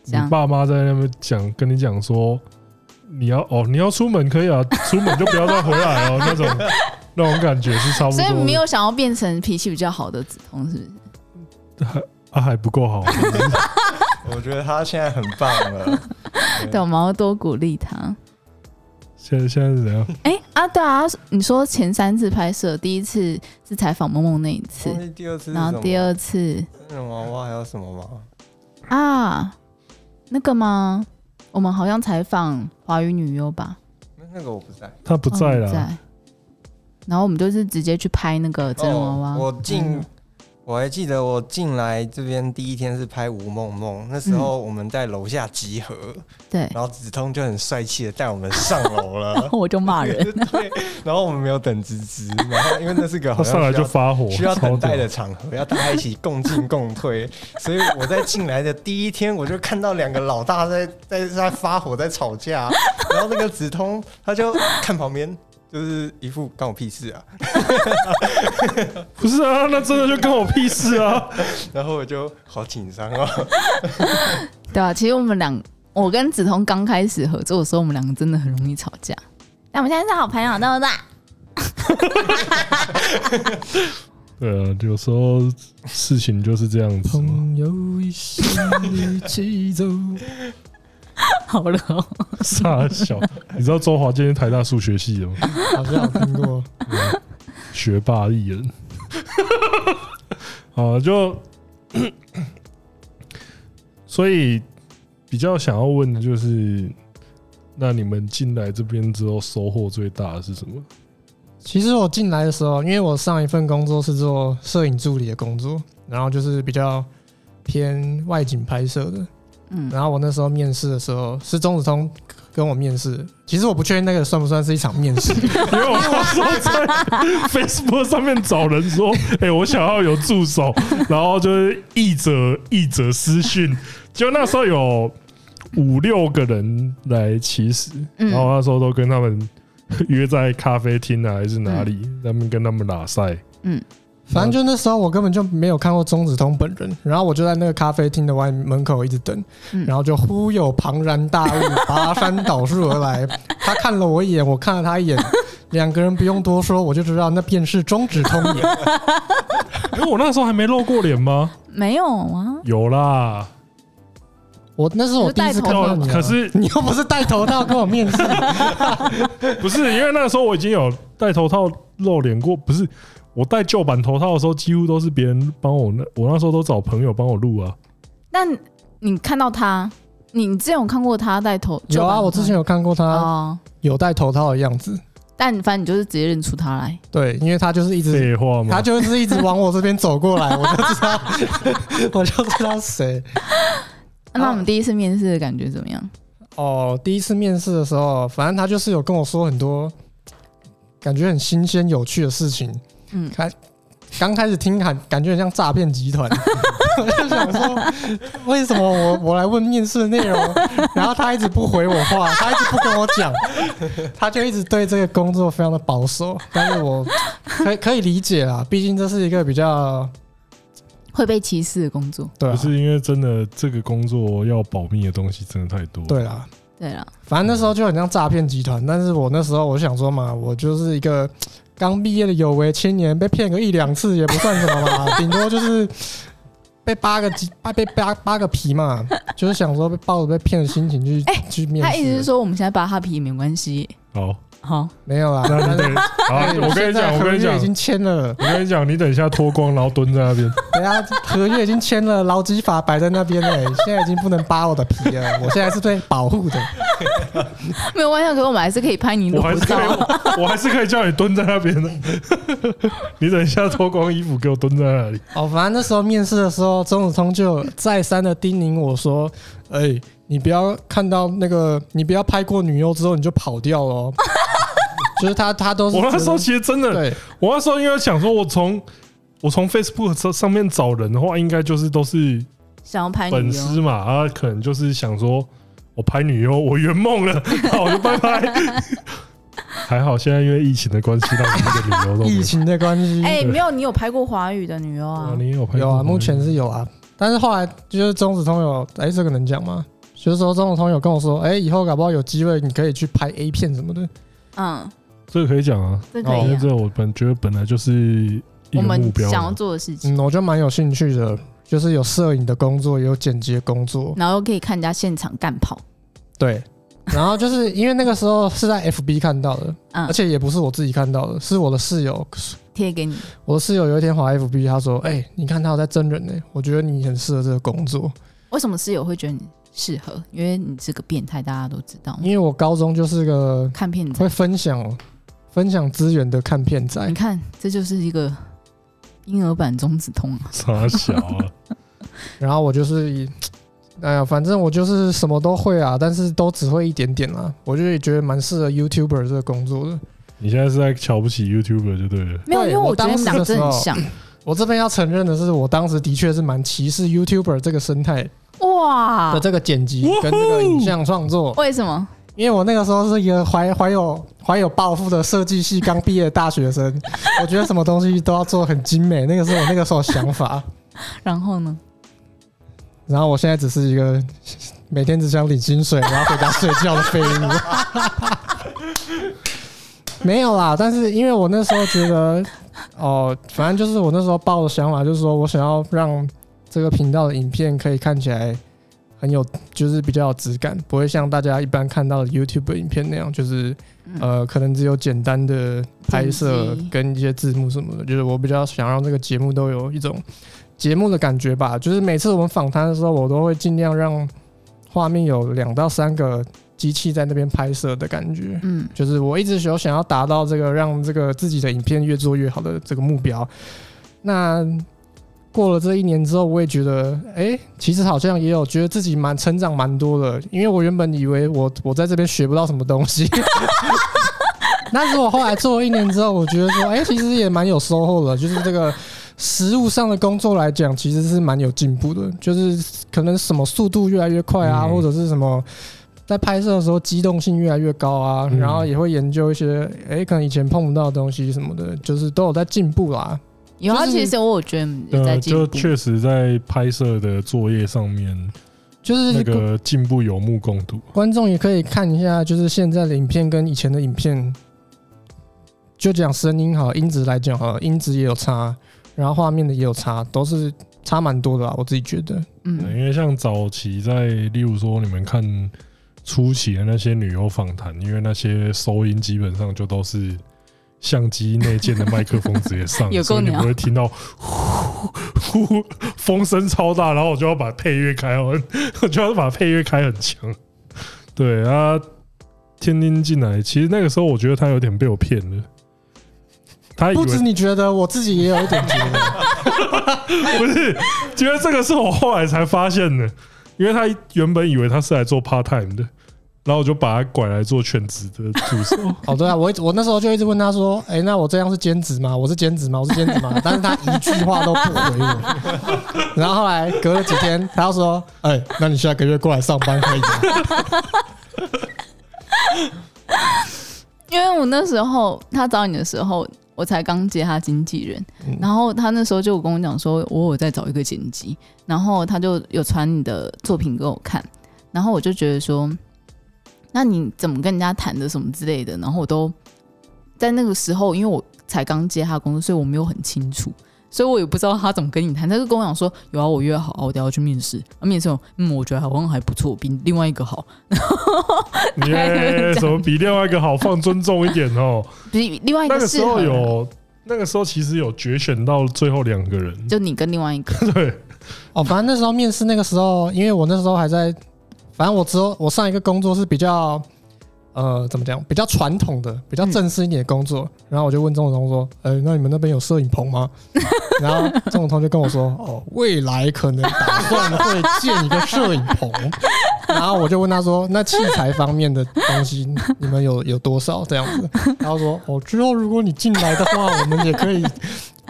这样爸妈在那边讲跟你讲说你要哦你要出门可以啊，出门就不要再回来哦那种那种感觉是差不多所的，以没有想要变成脾气比较好的子通，是不是？还啊还不够好，我觉得他现在很棒 了。对，我们要多鼓励 他。现在现在是怎样？哎、啊，对啊，你说前三次拍摄，第一次是采访萌萌那一次忘，记第二次是什么，然后第二次那种娃娃还有什么吗？啊，那个吗？我们好像采访华语女优吧？那那个我不在。他不在哦了，在。然后我们就是直接去拍那个真人娃娃。哦我进嗯，我还记得我进来这边第一天是拍吴梦梦，那时嗯候我们在楼下集合，对，然后子通就很帅气的带我们上楼然了。 后我就 骂人。 对，然后我们没有等芝芝，然后因为那是个好他像上来需就要发火，需要超等屌待的场合，要大家一起共进共退， 所以我在进来的第一天，我就看到两个老大在在在发火，在吵架，然后那个子通他就看旁边，就是一副干我屁事啊，不是啊，那真的就跟我屁事 啊！然后我就好紧张哦。对啊，其实我们两，我跟梓潼刚开始合作的时候，我们两个真的很容易吵架。但我们现在是好朋友，对不对？对啊，有时候事情就是这样子嗯嘛。朋友一起一起 走，好了哦、 傻小，你知道周华健是台大数学系的哦吗？好像有听过。学霸艺人。 啊，就所以比较想要问的就是，那你们进来这边之后收获最大的是什么？ 其实我进来的时候，因为我上一份工作是做摄影助理的工作，然后就是比较偏外景拍摄的。嗯，然后我那时候面试的时候，是钟子通跟我面试。其实我不确定那个算不算是一场面试，因为我那时候在 Facebook 上面找人说，哎、我想要有助手，然后就是译者译者私讯，就那时候有五六个人来其实，嗯啊然后那时候都跟他们 约在咖啡厅啊还是哪里，嗯他们跟他们拉塞，反正就那时候我根本就没有看过钟子通本人，然后我就在那个咖啡厅的外门口一直等，嗯然后就忽有庞然大物拔山倒树而来，他看了我一眼，我看了他一眼，两个人不用多说，我就知道那便是钟子通也。 因为我那时候还没露过脸吗？没有啊，有啦，我那是我第一次看到你、啊，可是 你又不是带头套跟我面试，不是因为那时候我已经有戴头套露脸过，不是我戴旧版头套的时候，几乎都是别人帮我那，我那时候都找朋友帮我录啊。但你看到他，你你之前有看过他戴头？ 有啊，我之前有看过他哦，有戴头套的样子，但反正你就是直接认出他来。对，因为他就是一直。废话他嘛，就是一直往我这边走过来，我就知道， 我就知道谁。啊那我们第一次面试的感觉怎么样？哦，第一次面试的时候，反正他就是有跟我说很多感觉很新鲜有趣的事情。嗯开刚开始听感感觉很像诈骗集团， 我就想说，为什么我我来问面试的内容， 然后他一直不回我话，他一直不跟我讲，他就一直对这个工作非常的保守。但是我可以可以理解啦，毕竟这是一个比较会被歧视的工作。对啊不是因为真的这个工作要保密的东西真的太多。对，啊啦，对了，反正那时候就很像诈骗集团，但是我那时候我想说嘛，我就是一个 刚毕业的有为青年，被骗个一两次也不算什么嘛，顶多就是被扒个鸡，啊被扒扒个皮嘛，就是想说被抱着被骗的心情去、哎去面试。他意思是说我们现在扒他皮也没关系，好，好，没有啦，那你但是 得好，我跟你现在讲，我跟你合约讲已，经签了，我跟你讲，你等一下脱光，然后蹲在那边，等下合约已经签了，劳基法摆在那边嘞，现在已经不能扒我的皮了，我现在是被保护的。没有关系，可是我们还是可以拍你 我裸还是可照。以，我还是可以叫你蹲在那边的。 你等一下脱光衣服给我蹲在那里。哦，反正那时候面试的时候，钟子通就再三的叮咛我说：“哎、你不要看到那个，你不要拍过女优之后你就跑掉了、哦。” 就是他，他都是我那时候觉其实真得的，对，我那时候因为想说，我从我从 Facebook 上上面找人的话，应该就是都是想要拍粉你哦，丝嘛，啊，可能就是想说我拍女优，我圆梦了，好，我就拜 拜。还好现在因为疫情的关系，让我们一个女优都没有疫。情的关系，哎、没有，你有拍过华语的女优对啊啊？你也有拍过有吗啊，目前是有啊。但是后来就是钟子通有，哎、这个能讲吗？就是说钟子通有跟我说，哎、以后搞不好有机会你可以去拍 A 片什么的。嗯，这个可以讲啊，这可因以、为啊。这我本觉得本来就是一个我目们标啊想嘛要。做的事情，嗯，我就蛮有兴趣的，就是有摄影的工作，也有剪辑的工作。然后又可以看人家现场干跑。对，然后就是因为那个时候是在 FB 看到的，嗯而且也不是我自己看到的，是我的室友。贴给你，我的室友有一天滑 FB，他说：“哎、你看他有在真人呢、我觉得你很适合这个工作。为什么室友会觉得你适合？因为你是个变态，大家都知道。因为我高中就是个看片子，会分享分享资源的看片仔你，看这就是一个婴儿版中子通啊！傻小啊，然后我就是以，哎呀，反正我就是什么都会啊，但是都只会一点点啦。我就觉得蛮适合 YouTuber 这个工作的。你现在是在瞧不起 YouTuber 就对了。没有，因为我觉得你当们时俩的真的时很候像。我这边要承认的是，我当时的确是蛮歧视 YouTuber 这个生态哇啊的，这个剪辑跟这个影像创作，为什么？因为我那个时候是一个怀怀有怀有抱负的设计系刚毕业的大学生，我觉得什么东西都要做很精美，那个是我那个时候想法。然后呢？然后我现在只是一个每天只想领薪水，然后回家睡觉的废物。 没有啦，但是因为我那时候觉得，哦，反正就是我那时候抱的想法，就是说我想要让这个频道的影片可以看起来很有，就是比较有质感，不会像大家一般看到的 YouTube 影片那样，就是嗯呃，可能只有简单的拍摄剪辑跟一些字幕什么的。就是我比较想让这个节目都有一种节目的感觉吧。就是每次我们访谈的时候，我都会尽量让画面有两到三个机器在那边拍摄的感觉。嗯，就是我一直有想要达到这个让这个自己的影片越做越好的这个目标。那过了这一年之后，我也觉得，哎、其实好像也有觉得自己蛮成长蛮多的，因为我原本以为我我在这边学不到什么东西。 那是我后来做了一年之后，我觉得说，哎、其实也蛮有收获的，就是这个实物上的工作来讲，其实是蛮有进步的，就是可能什么速度越来越快啊，嗯或者是什么。在拍摄的时候，机动性越来越高啊，嗯然后也会研究一些，哎、可能以前碰不到的东西什么的，就是都有在进步啦。有啊，就是其实我有觉得你有在呃，进就步。确实在拍摄的作业上面，就是那个进步有目共睹。观众也可以看一下，就是现在的影片跟以前的影片，就讲声音好，音质来讲好了，音质也有差，然后画面的也有差，都是差蛮多的啦。我自己觉得，嗯，因为像早期在，例如说你们看初期的那些女优访谈，因为那些收音基本上就都是相机内建的麦克风直接上，有够所以你鸟不会听到呼呼风声超大，然后我就要把配乐开很，我就要把配乐开很强。对啊，天天进来，其实那个时候我觉得他有点被我骗了。他以为不止你觉得，我自己也有一点觉得，不是，因为这个是我后来才发现的，因为他原本以为他是来做 part time 的，然后我就把他拐来做全职的助手。哦，对啊，我一直我那时候就一直问他说，哎、那我这样是兼职吗？我是兼职吗？我是兼职吗？ 但是他一句话都不回我。 然后后来隔了几天，他又说，哎、那你下个月过来上班可以吗？因为我那时候他找你的时候，我才刚接他经纪人，嗯然后他那时候就有跟我讲说，我有在找一个剪辑，然后他就有传你的作品给我看，然后我就觉得说，那你怎么跟人家谈的什么之类的，然后我都在那个时候，因为我才刚接他工作，所以我没有很清楚，所以我也不知道他怎么跟你谈。他就跟我讲说，有啊，我约好，我等下要去面试。啊、面试我，嗯，我觉得好像还不错，比另外一个好， 耶，怎么比另外一个好？放尊重一点哦。比另外一那个个适时合候的。有，那个时候其实有决选到最后两个人，就你跟另外一个，对，哦，反正那时候面试那个时候，因为我那时候还在，反正我之后我上一个工作是比较，呃，怎么讲，比较传统的、比较正式一点的工作。然后我就问钟永通说：“呃、那你们那边有摄影棚吗？” 然后钟永通就跟我说：“哦，未来可能打算会建一个摄影棚。”然后我就问他说：“那器材方面的东西，你们有有多少这样子？”然后说：“哦，之后如果你进来的话，我们也可以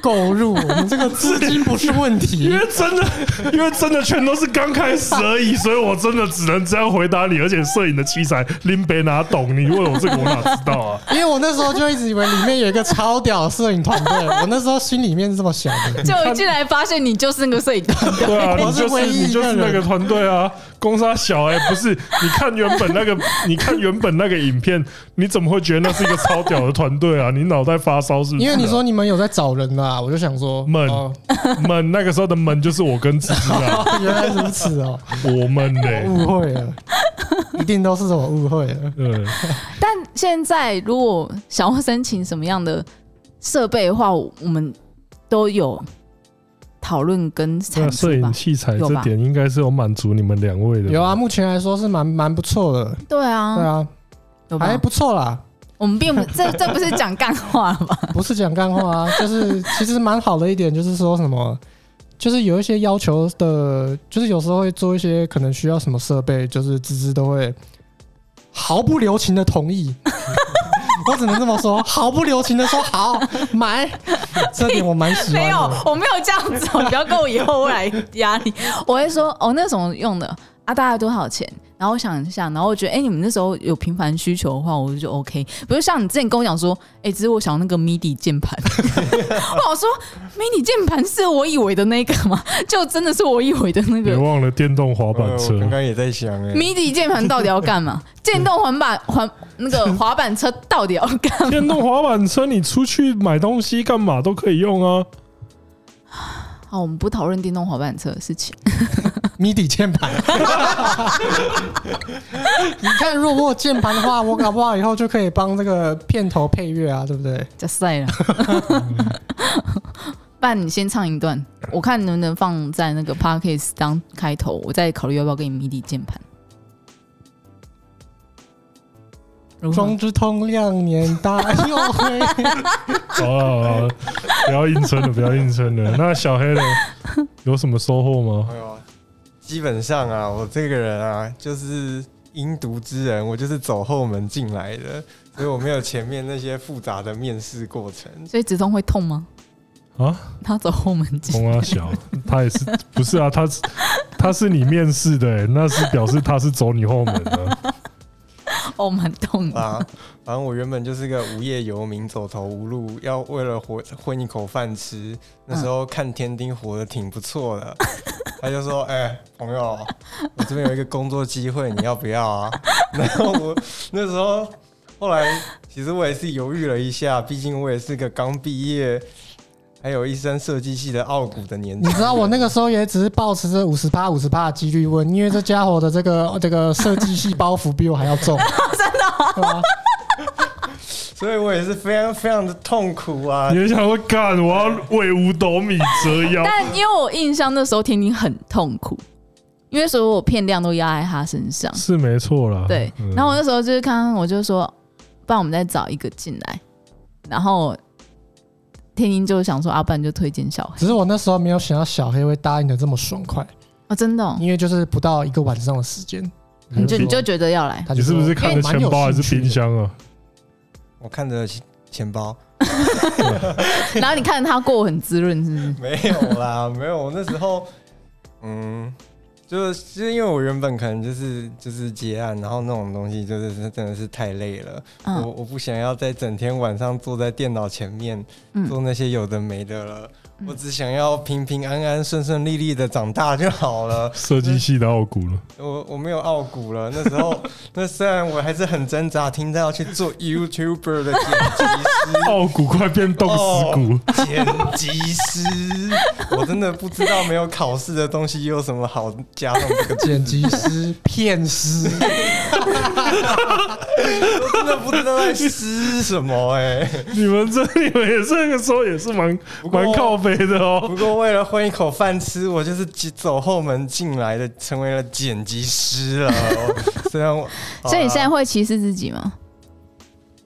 购入，我们这个资金不是问题。”因为真的，因为真的全都是刚开始而 已，所以我真的只能这样回答你。而且摄影的器材林北哪懂？你问我这个，我哪知道啊？ 因为我那时候就一直以为里面有一个超屌的摄影团队，我那时候心里面是这么想 的。就一进来发现你就是那个摄影团队，对 啊，我你是就是唯一你一就个是人那个团队啊，攻杀小哎、不是？你看原本那个， 你看原本那个影片，你怎么会觉得那是一个超屌的团队啊？你脑袋发烧是不是啊、因为你说你们有在找人啦、我就想说，闷哦，门那个时候的门就是我跟芝芝 啊，原来如此哦，我们呢、我误会了，一定都是我误会了。嗯，但现在如果想要申请什么样的设备的话，我们都有讨论跟那产出摄影吧。器材有这吧点应该是有满足你们两位的。有啊，，目前来说是蛮蛮不错的，对啊，对啊，有吧？还不错啦，我们并不这这不是讲干话了 吧？不是讲干话啊， 就是其实蛮好的一点，就是说什么，就是有一些要求的，就是有时候会做一些可能需要什么设备，就是芝芝都会毫不留情的同意。 我只能这么 说，毫不留情的说好买，这点我蛮喜 没欢有的。，我没有这样子哦， 你不要跟我以后来压力。 我会说哦，那什么用的啊？大概多少钱？然后我想一下，然后我觉得，哎、你们那时候有频繁需求的话，我就 OK。比如像你之前跟我讲说，哎、只是我想要那个 MIDI 键盘， 我想说 MIDI 键盘是我以为的那个吗？ 就真的是我以为的那别个忘了电动滑板呃车我。刚刚也在想哎、 MIDI 键盘到底要干嘛？ 电动滑板滑那个滑板车到底要干嘛？ 电动滑板车，你出去买东西干嘛都可以用啊。好，我们不讨论电动滑板车的事情。谜底 键盘，你看，如果我有键盘的话，我搞不好以后就可以帮这个片头配乐啊，对不对？加塞了。 不然你先唱一段，我看能不能放在那个 p a r k a s 当开头，我再考虑要不要给你 MIDI 键盘。如何中？之通量年大 又回。 好了好了，不要硬撑了，不要硬撑了。那小黑呢？有什么收获吗？哎呦，基本上啊，我这个人啊，就是阴毒之人，我就是走后门进来的，所以我没有前面那些复杂的面试过程。所以止痛会痛吗？啊，他走后门进， 红啊小，他也是不是啊？他是他是你面试的、欸，那是表示他是走你后门啊。 哦，蛮痛的。啊，反正我原本就是个无业游民，走投无路，要为了活混一口饭吃。那时候看天丁活得挺不错的，他就说：“哎、朋友，我这边有一个工作机会，你要不要啊？” 然后我那时候后来其实我也是犹豫了一下，毕竟我也是个刚毕业，还有一身设计系的傲骨的年纪。你知道我那个时候也只是抱持着五十八、五十八的几率问，因为这家伙的这个这个设计系包袱比我还要重， 真的、所以我也是非常非常的痛苦 啊你。就想说，干，我要为五斗米折腰。但因为我印象那时候天天很痛苦，因为所有我片量都压在他身上。是没错啦。对嗯，然后我那时候就是看，我就说，不然我们再找一个进来。然后天音就想说，啊，不然就推荐小黑只是我那时候没有想到小黑会答应的这么爽快，哦，真的哦、因为就是不到一个晚上的时间，你就嗯你就觉得要 来，他你就是说哎不是看着钱包还是冰？箱啊？我看着钱钱包，然后你看他过很滋润，是不是？ 没有啦，没有。我那时候，嗯，就是就是因为我原本可能就是就是接案，然后那种东西就是真的是太累了，我嗯我不想要再整天晚上坐在电脑前面嗯做那些有的没的了。嗯我只想要平平安安、顺顺利利的长大就好了。 设计系的傲骨了，我我没有傲骨了，那时候 那虽然我还是很挣扎，听到要去做 YouTuber 的剪傲骨快变冻死骨，辑师，剪辑师，我真的不知道没有考试的东西有什么好加上这个字，剪辑师、片 师，我真的不知道在诗什么哎、 你们这你们也是那个时候也是蛮不过蛮靠北的哦不。过为了混一口饭吃，我就是走后门进来的，成为了剪辑师了。哦虽然我， 所以你现在好啦会歧视自己吗？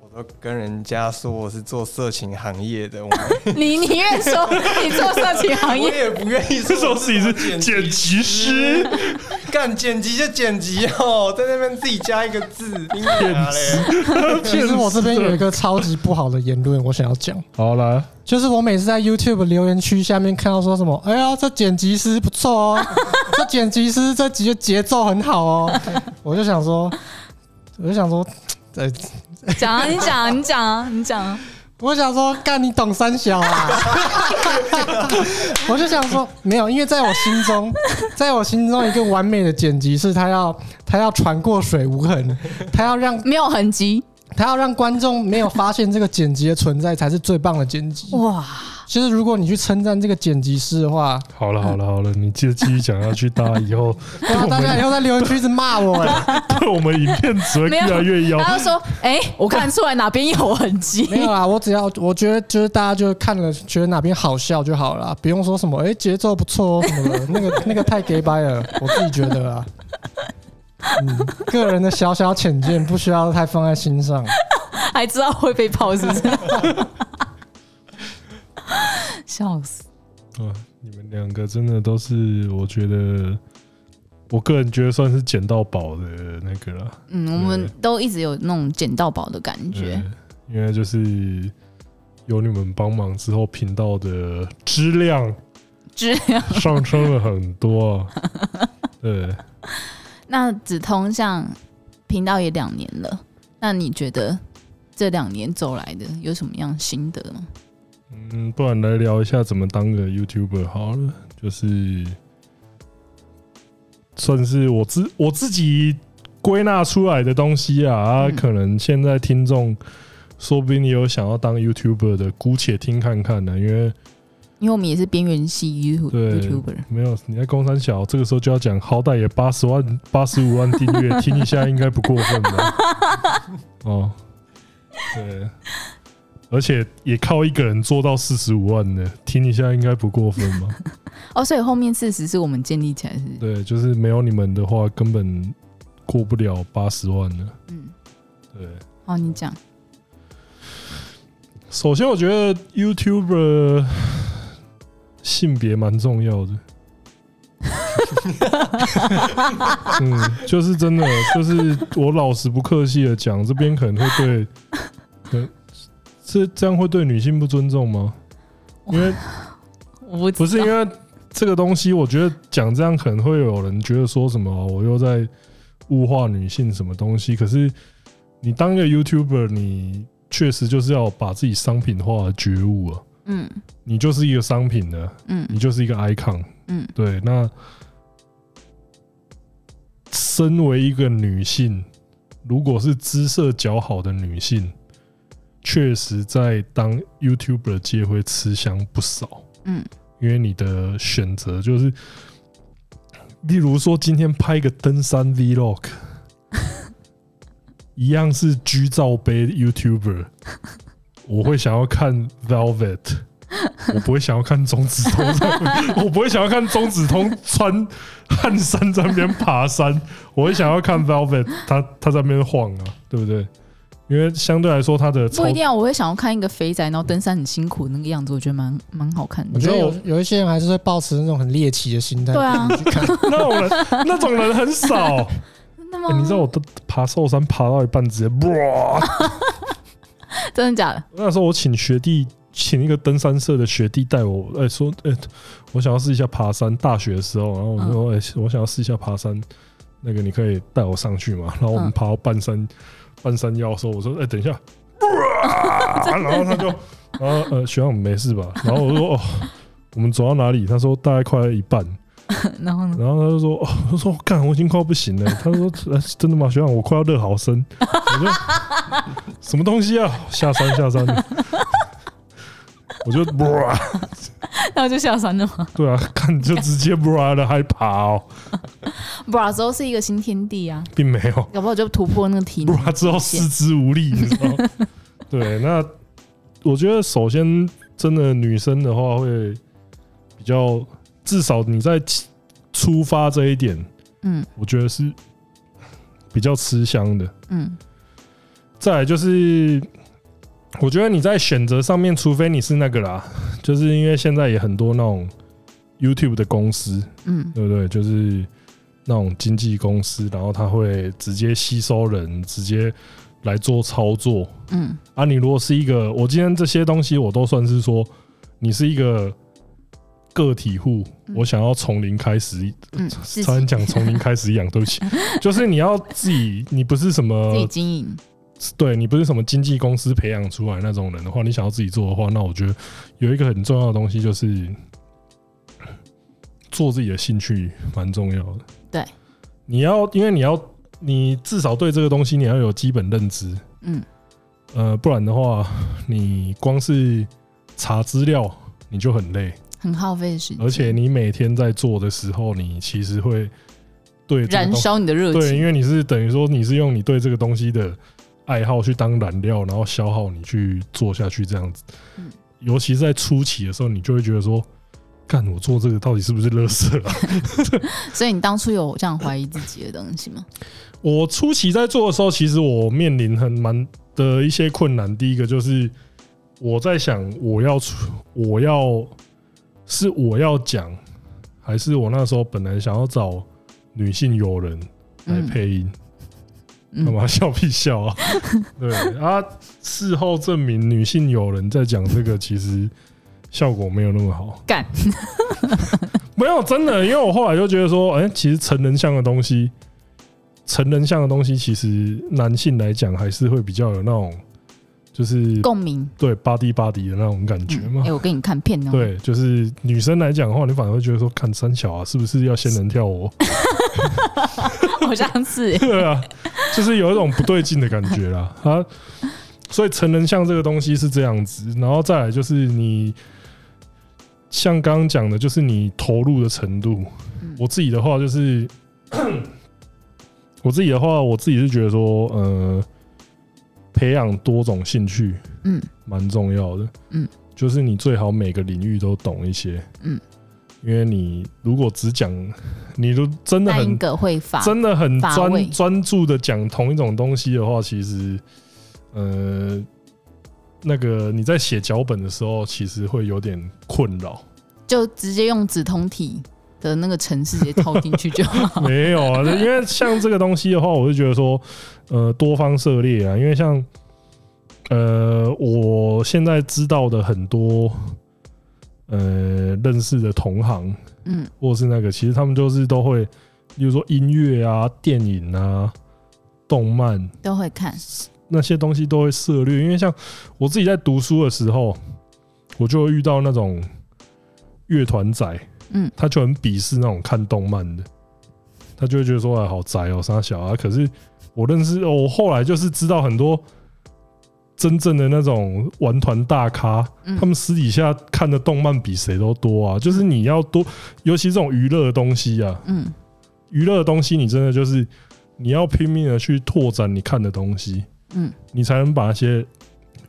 我都跟人家说我是做色情行业的，我你宁愿说你做色情行我业，也不愿意这说种我事情是剪剪辑师， 干剪辑就剪辑哦，在那边自己加一个 字，你娘啊嘞！其实我这边有一个超级不好的言论，我想要讲，好啦，就是我每次在 YouTube 留言区下面看到说什么，哎呀，这剪辑师不错哦， 这剪辑师这集的节奏很好哦， 我就想说，我就想说，呃， 讲啊，你讲啊，你讲啊，你讲啊。我想说，干你懂三小啊！ 我就想说，没有，因为在我心中，在我心中一个完美的剪辑是他要他要传过水无痕，他要让没有痕迹他要让观众没有发现这个剪辑的存在才是最棒的剪辑。哇！其实如果你去称赞这个剪辑师的话，好了好了好了，你接着继续讲下去，大家以后 对啊哇，我大家以们后在留言区一直骂我 了。对 我们影片只会没越有来越妖。他就说：“哎、我看出来哪边有痕迹。没有啦，我只要我觉得就是大家就看了觉得哪边好笑就好了啦，不用说什么哎节、奏不错哦什么的， 那个那个太 gay 掰了，我自己觉得啦。嗯，个人的小小浅见不需要太放在心上。还知道会被泡是不是？ 笑死！啊，你们两个真的都是，我觉得，我个人觉得算是捡到宝的那个啦。嗯，我们都一直有那种捡到宝的感觉对，，因为就是有你们帮忙之后，频道的质量这样。上升了很多。啊 对，那紫通像频道也两年了，那你觉得这两年走来的有什么样心得吗？嗯，不然来聊一下怎么当个 YouTuber 好了，就是算是我自我自己归纳出来的东西啊。啊嗯可能现在听众说不定也有想要当 YouTuber 的，姑且听看看呢、因为因为我们也是边缘系 YouTube 对 YouTuber，没有你在工三小，这个时候就要讲，好歹也八十万、八十五万订阅，听一下应该不过分吧？哦，对，而且也靠一个人做到四十五万的，听一下应该不过分吧？哦，所以后面事实是我们建立起来是不是对，就是没有你们的话，根本过不了八十万的。嗯，对，好，哦你讲，首先我觉得 YouTuber 性别蛮重要的。嗯，就是真的，就是我老实不客气的讲，这边可能会对，可这这样会对女性不尊重吗？因为我不是因为这个东西，我觉得讲这样可能会有人觉得说什么我又在物化女性什么东西。可是你当一个 YouTuber，你确实就是要把自己商品化的觉悟啊，嗯你就是一个商品的，你嗯就是一个 icon。嗯对，那身为一个女性，如果是姿色较好的女性，确实在当 YouTuber 界会吃香不少。嗯因为你的选择就是，例如说今天拍一个登山 vlog，一样是居罩杯 YouTuber，我会想要看 Velvet，我不会想要看中指通在， 我不会想要看中指通穿汗衫在那边爬山，我会想要看 Velvet，他他在那边晃啊，对不对？因为相对来说，他的不操一定啊，我会想要看一个肥宅，然后登山很辛苦那个样子，我觉得蛮蛮好看的。我觉得有有一些人还是会抱持那种很猎奇的心态对啊，去看。 那种人那种人很少。真的欸你知道我都爬寿山爬到一半直接哇！真的假的？ 那时候我请学弟，请一个登山社的学弟带我，哎、说，哎、我想要试一下爬山。大学的时候，然后我说，哎、我想要试一下爬山，那个你可以带我上去嘛？然后我们嗯爬到半山、半山腰的时候，我说，哎、等一下，哇然后他就，然后呃，学长没事吧？然后我说，哦，我们走到哪里？他说大概快要一半，然后呢？然后他就说， 哦，他说干，我已经快要不行了。他说、呃真的吗，学长，我快要热好深。 我就什么东西啊，下山下山。我就哇， 然后就下山了 嘛。对啊，看就直接 bra 了，还爬哦， Bra 啊之后是一个新天地啊，并没有搞不好就突破那个体能 bra 之后极四限肢无力，你知道吗？对，那我觉得首先真的女生的话会比较，至少你在起出发这一点，嗯我觉得是比较吃香的。嗯再来就是，我觉得你在选择上面，除非你是那个啦， 就是因为现在也很多那种 YouTube 的公司，嗯对不对？就是那种经纪公司，然后他会直接吸收人，直接来做操作。嗯啊，你如果是一个，我今天这些东西我都算是说，你是一个个体户，嗯我想要从零开始，嗯，自差己点讲从零开始养，对不起， 就是你要自己，你不是什么自己经营，对你不是什么经纪公司培养出来那种人的话，你想要自己做的话，那我觉得有一个很重要的东西就是做自己的兴趣蛮重要的。对，你要因为你要你至少对这个东西你要有基本认知，嗯呃，不然的话你光是查资料你就很累，很耗费时间，而且你每天在做的时候，你其实会对这个燃东西烧你的热对，情，因为你是等于说你是用你对这个东西的爱好去当燃料，然后消耗你去做下去这样子。嗯尤其是在初期的时候，你就会觉得说，干我做这个到底是不是乐色啊？所以你当初有这样怀疑自己的东西吗？我初期在做的时候，其实我面临很蛮的一些困难。第一个就是我在想，我要出，我要是我要讲，还是我那时候本来想要找女性友人来嗯配音？ 干嗯嘛笑屁笑 啊？对啊，事后证明女性友人在讲这个，其实效果没有那么好。干， 没有真的，因为我后来就觉得说，哎、其实成人像的东西，成人像的东西，其实男性来讲还是会比较有那种，就是嗯共鸣。对 body body 的那种感觉嗯嘛哎、。我给你看片哦。 对，就是女生来讲的话，你反而会觉得说，看三小啊，是不是要仙人跳我？好像是、对啊，就是有一种不对劲的感觉啦。啊，所以成人像这个东西是这样子，然后再来就是你像刚刚讲的，就是你投入的程度。嗯我自己的话就是，我自己的话，我自己是觉得说，呃，培养多种兴趣嗯蛮重要的。嗯，就是你最好每个领域都懂一些。嗯，因为你如果只讲，你都真的那很英格会发，真的很乏味专专注的讲同一种东西的话，其实，呃，那个你在写脚本的时候，其实会有点困扰。就直接用紫通体的那个程式直接套进去就 好。没有啊，因为像这个东西的话，我就觉得说，呃，多方涉猎啊，因为像，呃，我现在知道的很多，呃，认识的同行嗯或是那个，其实他们就是都会，例如说音乐啊、电影啊、动漫。都会看。那些东西都会涉略，因为像我自己在读书的时候，我就会遇到那种乐团仔，嗯，他就很鄙视那种看动漫的，他就会觉得说哎好宅哦、傻小啊。可是我认识，哦我后来就是知道很多真正的那种玩团大咖，嗯他们私底下看的动漫比谁都多啊。就是你要多，尤其这种娱乐的东西啊，嗯娱乐的东西，你真的就是你要拼命的去拓展你看的东西，嗯你才能把那些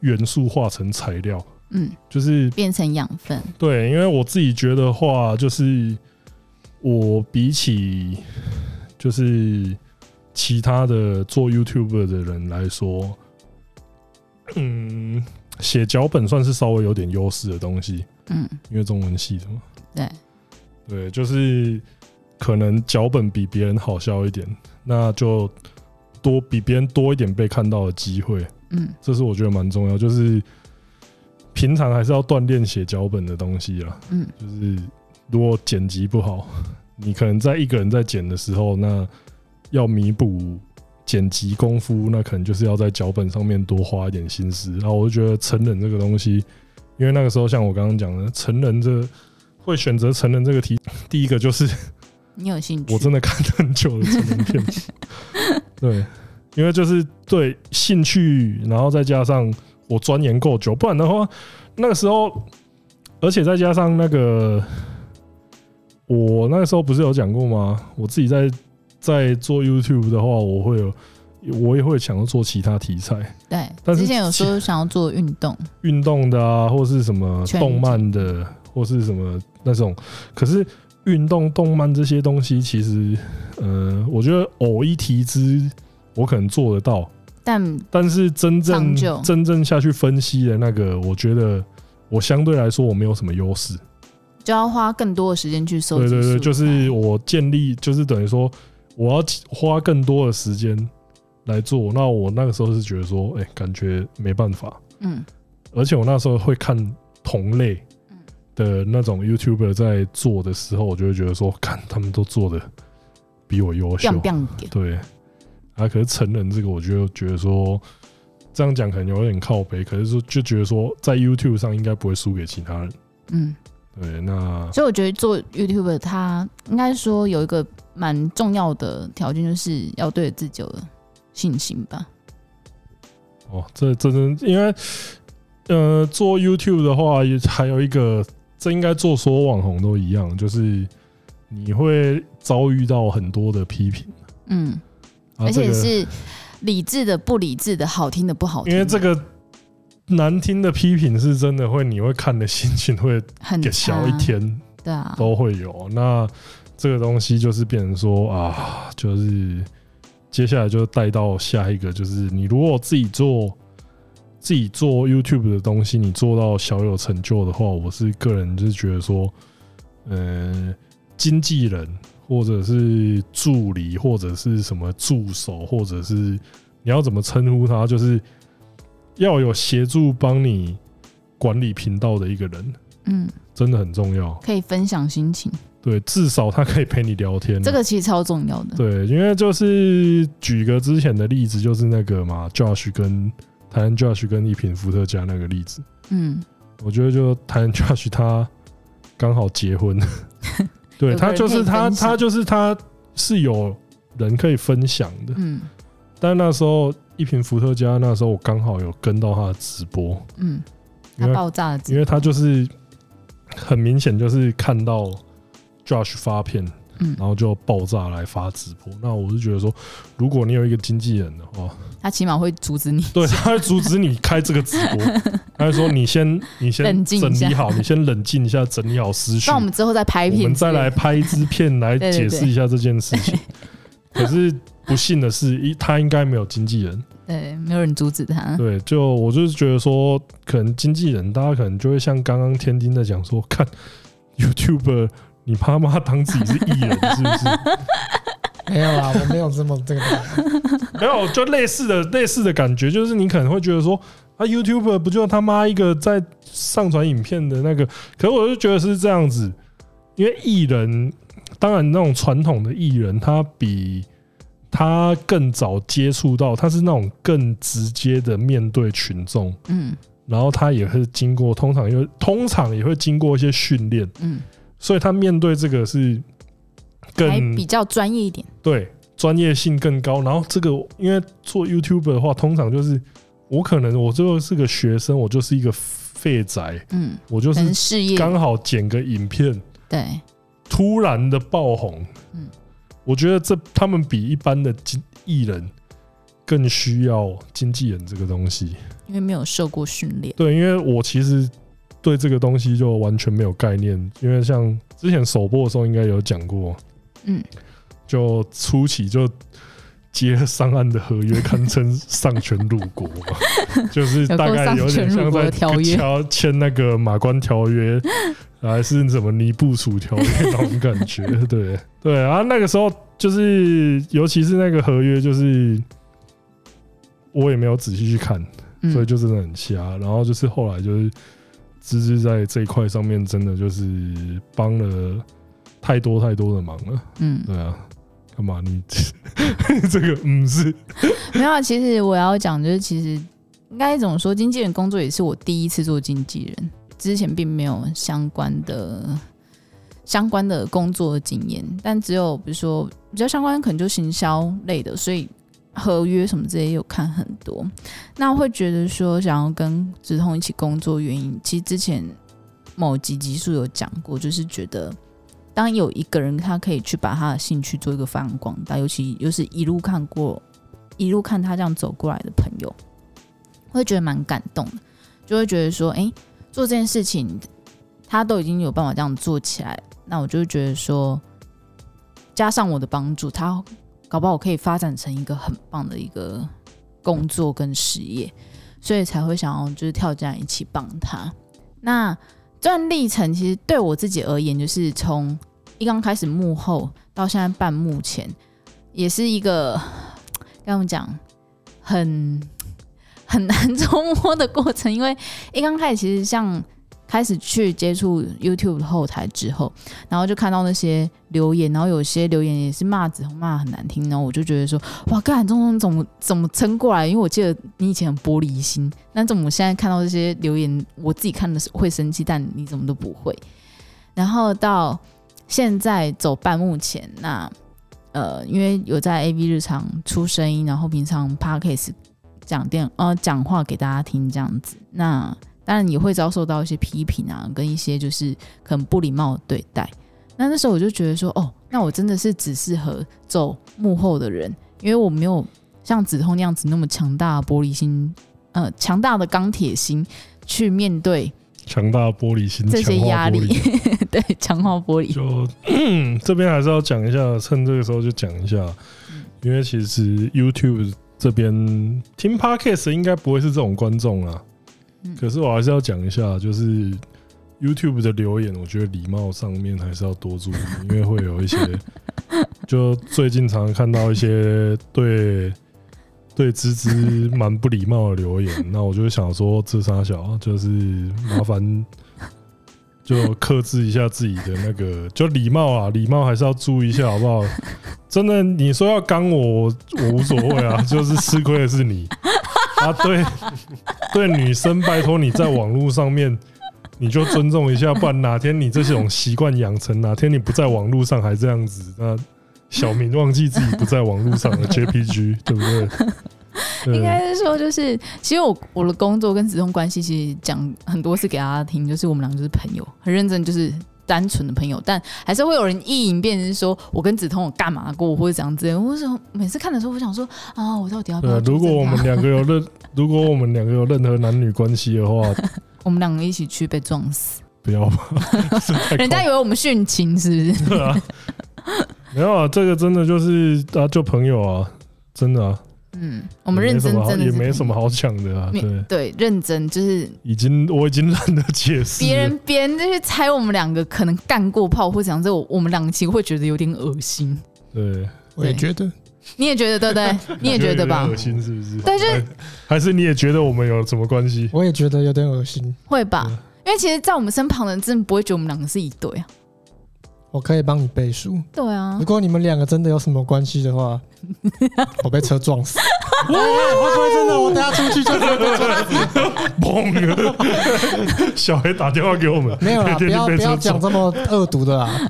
元素化成材料。嗯，就是变成养分。对，因为我自己觉得话，就是我比起就是其他的做 YouTube 的人来说，嗯，写脚本算是稍微有点优势的东西，嗯，因为中文系的嘛。对，对，就是可能脚本比别人好笑一点，那就多比别人多一点被看到的机会。嗯这是我觉得蛮重要，就是平常还是要锻炼写脚本的东西啊。嗯就是如果剪辑不好，你可能在一个人在剪的时候，那要弥补剪辑功夫，那可能就是要在脚本上面多花一点心思。然后我就觉得成人这个东西，因为那个时候像我刚刚讲的，成人这会选择成人这个题，第一个就是你有兴趣？我真的看很久的成人片，对，因为就是对兴趣，然后再加上我钻研够久，不然的话，那个时候，而且再加上那个，我那个时候不是有讲过吗？我自己在在做 YouTube 的话，我会有，我也会想要做其他题材，对，但是之前有说想要做运动，运动的啊，或是什么全动漫的，或是什么那种。可是运动、动漫这些东西，其实，呃，我觉得偶一提之，我可能做得到。但但是真正长久真正下去分析的那个，我觉得我相对来说我没有什么优势。就要花更多的时间去收集对素材。对对，就是我建立，就是等于说我要花更多的时间来做。那我那个时候是觉得说，哎、感觉没办法。嗯，而且我那时候会看同类的那种 YouTuber 在做的时候，我就会觉得说，看他们都做的比我优秀亮，亮点。对啊。可是成人这个，我就觉得说，这样讲可能有点靠背，可是说就觉得说，在 YouTube 上应该不会输给其他人。嗯，对，那所以我觉得做 YouTube 它应该说有一个蛮重要的条件，就是要对自己有信心吧。哦，这这真因为呃，做 YouTube 的话，也还有一个，这应该做所有网红都一样，就是你会遭遇到很多的批评。嗯，啊而这且个是理智的、不理智的，好听的、不好听的，因为这个难听的批评是真的会，你会看的心情会很给小一哦差，天嗯对啊，都会有。那这个东西就是变成说啊，就是接下来就带到下一个，就是你如果自己做自己做 YouTube 的东西，你做到小有成就的话，我是个人就是觉得说，呃，经纪人或者是助理或者是什么助手，或者是你要怎么称呼他，就是要有协助帮你管理频道的一个人，嗯，真的很重要。可以分享心情，对，至少他可以陪你聊天。啊这个其实超重要的。对，因为就是举个之前的例子，就是那个嘛，Josh 跟台湾 Josh 跟一品伏特加那个例子，嗯，我觉得就台湾 Josh 他刚好结 婚，对有个他人就是可以他分享他就是他是有人可以分享的，嗯但那时候一瓶伏特加那时候我刚好有跟到他的直播，嗯，因它为爆炸了自己，因为他就是很明显就是看到 Josh 发片，嗯，然后就爆炸来发直播。那我是觉得说，如果你有一个经纪人的话，他起码会阻止你。对，他会阻止你开这个直 播，他会说你先你先冷静整一下理好，你先冷静一下，整理好思绪，那我们之后再拍我片们之再类的，来拍一支片来 对对解对释一下这件事 情。可是不幸的是，一他应该没有经纪人。对，没有人阻止他。对，就我就是觉得说，可能经纪人大家可能就会像刚刚天丁在讲说，看 YouTuber，你妈妈当自己是艺人是不是？没有啦，我没有这么这个东西。没有，就类似的类似的感觉，就是你可能会觉得说，啊，YouTuber 不就他妈一个在上传影片的那个？可是我就觉得是这样子，因为艺人，当然那种传统的艺人，他比他更早接触到，他是那种更直接的面对群众，嗯然后他也会经过，通常又通常也会经过一些训练，嗯，所以他面对这个是还更比较专业一点。对，专业性更高。然后这个，因为做 YouTube 的话，通常就是我可能我就是个学生，我就是一个废宅，嗯，我就可能是事业刚好剪个影片，对，突然的爆红。嗯我觉得这他们比一般的经艺人更需要经纪人这个东西。因为没有受过训练。对，因为我其实对这个东西就完全没有概念，因为像之前首播的时候应该有讲过，嗯，就初期就接上岸的合约，堪称上权入国 嘛，就是大概有点像在条签那个马关条约，还是什么尼布楚条约那种感觉。对对啊，那个时候就是，尤其是那个合约，就是我也没有仔细去看，嗯所以就真的很瞎。然后就是后来就是芝芝在这一块上面真的就是帮了太多太多的忙了。嗯，对啊，干嘛你 这个嗯是 没有啊。其实我要讲就是，其实应该怎么说，经纪人工作也是我第一次做经纪人，之前并没有相关的相关的工作的经验，但只有比如说比较相关，可能就行销类的，所以合约什么之类有看很多。那会觉得说想要跟直通一起工作，原因其实之前某集集数有讲过，就是觉得当有一个人他可以去把他的兴趣做一个发扬光大，尤其又是一路看过一路看他这样走过来的朋友，会觉得蛮感动的，就会觉得说，哎、做这件事情他都已经有办法这样做起来，那我就会觉得说，加上我的帮助，他搞不好我可以发展成一个很棒的一个工作跟事业，所以才会想要就是跳进来一起帮他。那这段历程其实对我自己而言，就是从一刚开始幕后到现在办幕前，也是一个该怎么讲，很 很难捉摸的过程，因为一刚开始其实像开始去接触 YouTube 的后台之后，然后就看到那些留言，然后有些留言也是骂子红骂得很难听，然后我就觉得说，哇，干这种怎么怎么撑过来？因为我记得你以前很玻璃心，那怎么我现在看到这些留言，我自己看的是会生气，但你怎么都不会。然后到现在走半目前，那呃，因为有在 AV 日常出声音，然后平常 Podcast 讲电呃讲话给大家听这样子，那当然也会遭受到一些批评啊，跟一些就是可能不礼貌的对待。那那时候我就觉得说，哦，那我真的是只适合走幕后的人，因为我没有像子通那样子那么强大的玻璃心，呃，强大的钢铁心去面对强大的玻璃心，这些强化压玻璃力。 对，强化玻璃。就嗯这边还是要讲一下，趁这个时候就讲一下，因为其实 YouTube 这边听 Podcast 应该不会是这种观众啦。嗯可是我还是要讲一下，就是 YouTube 的留言，我觉得礼貌上面还是要多注意，因为会有一些，就最近常常看到一些对对芝芝蛮不礼貌的留言，那我就想说，这傻小就是麻烦就克制一下自己的那个， 就礼貌啊，礼貌还是要注意一下，好不好？真的，你说要刚我，我我无所谓啊， 就是吃亏的是你啊。对对，女生拜托你在网络上面，你就尊重一下，不然哪天你这种习惯养成，哪天你不在网络上还这样子，那小明忘记自己不在网络上了 JPG，对不对？对应该是说，就是其实我我的工作跟子通关系，其实讲很多次给大家听，就是我们俩就是朋友，很认真，就是单纯的朋友。但还是会有人意淫，变成说我跟子通有干嘛过，或者怎样之类的。我为什么每次看的时候，我想说啊，我到底要不要呃，纠正他？如果我们两个有任，如果我们两个有任何男女关系的话，嗯我们两个一起去被撞死，不要 吧，是太人家以为我们殉情，是不是？对啊， 没有啊，这个真的就是啊，就朋友啊，真的啊，嗯，我我们认真，真的也是没什么朋友好讲的啊，没对，对认真，就是已经我已经懒得解释了，别人别人就是猜我们两个可能干过炮或怎样，这我我们两个其实会觉得有点恶心。对，我也对觉得，你也觉得对不 对？你也觉得吧有点恶？心是不是？但是还是你也觉得我们有什么关系？我也觉得有点恶心。会吧嗯？因为其实，在我们身旁的人真的不会觉得我们两个是一对啊。我可以帮你背书。对啊如，果你们两个真的有什么关系的 话，我被车撞死。 哇，会不会真的？我等下出去就 砰！ 小黑打电话给我们， 没 有啦，不那天要就被不要车撞讲这么恶毒 的啦。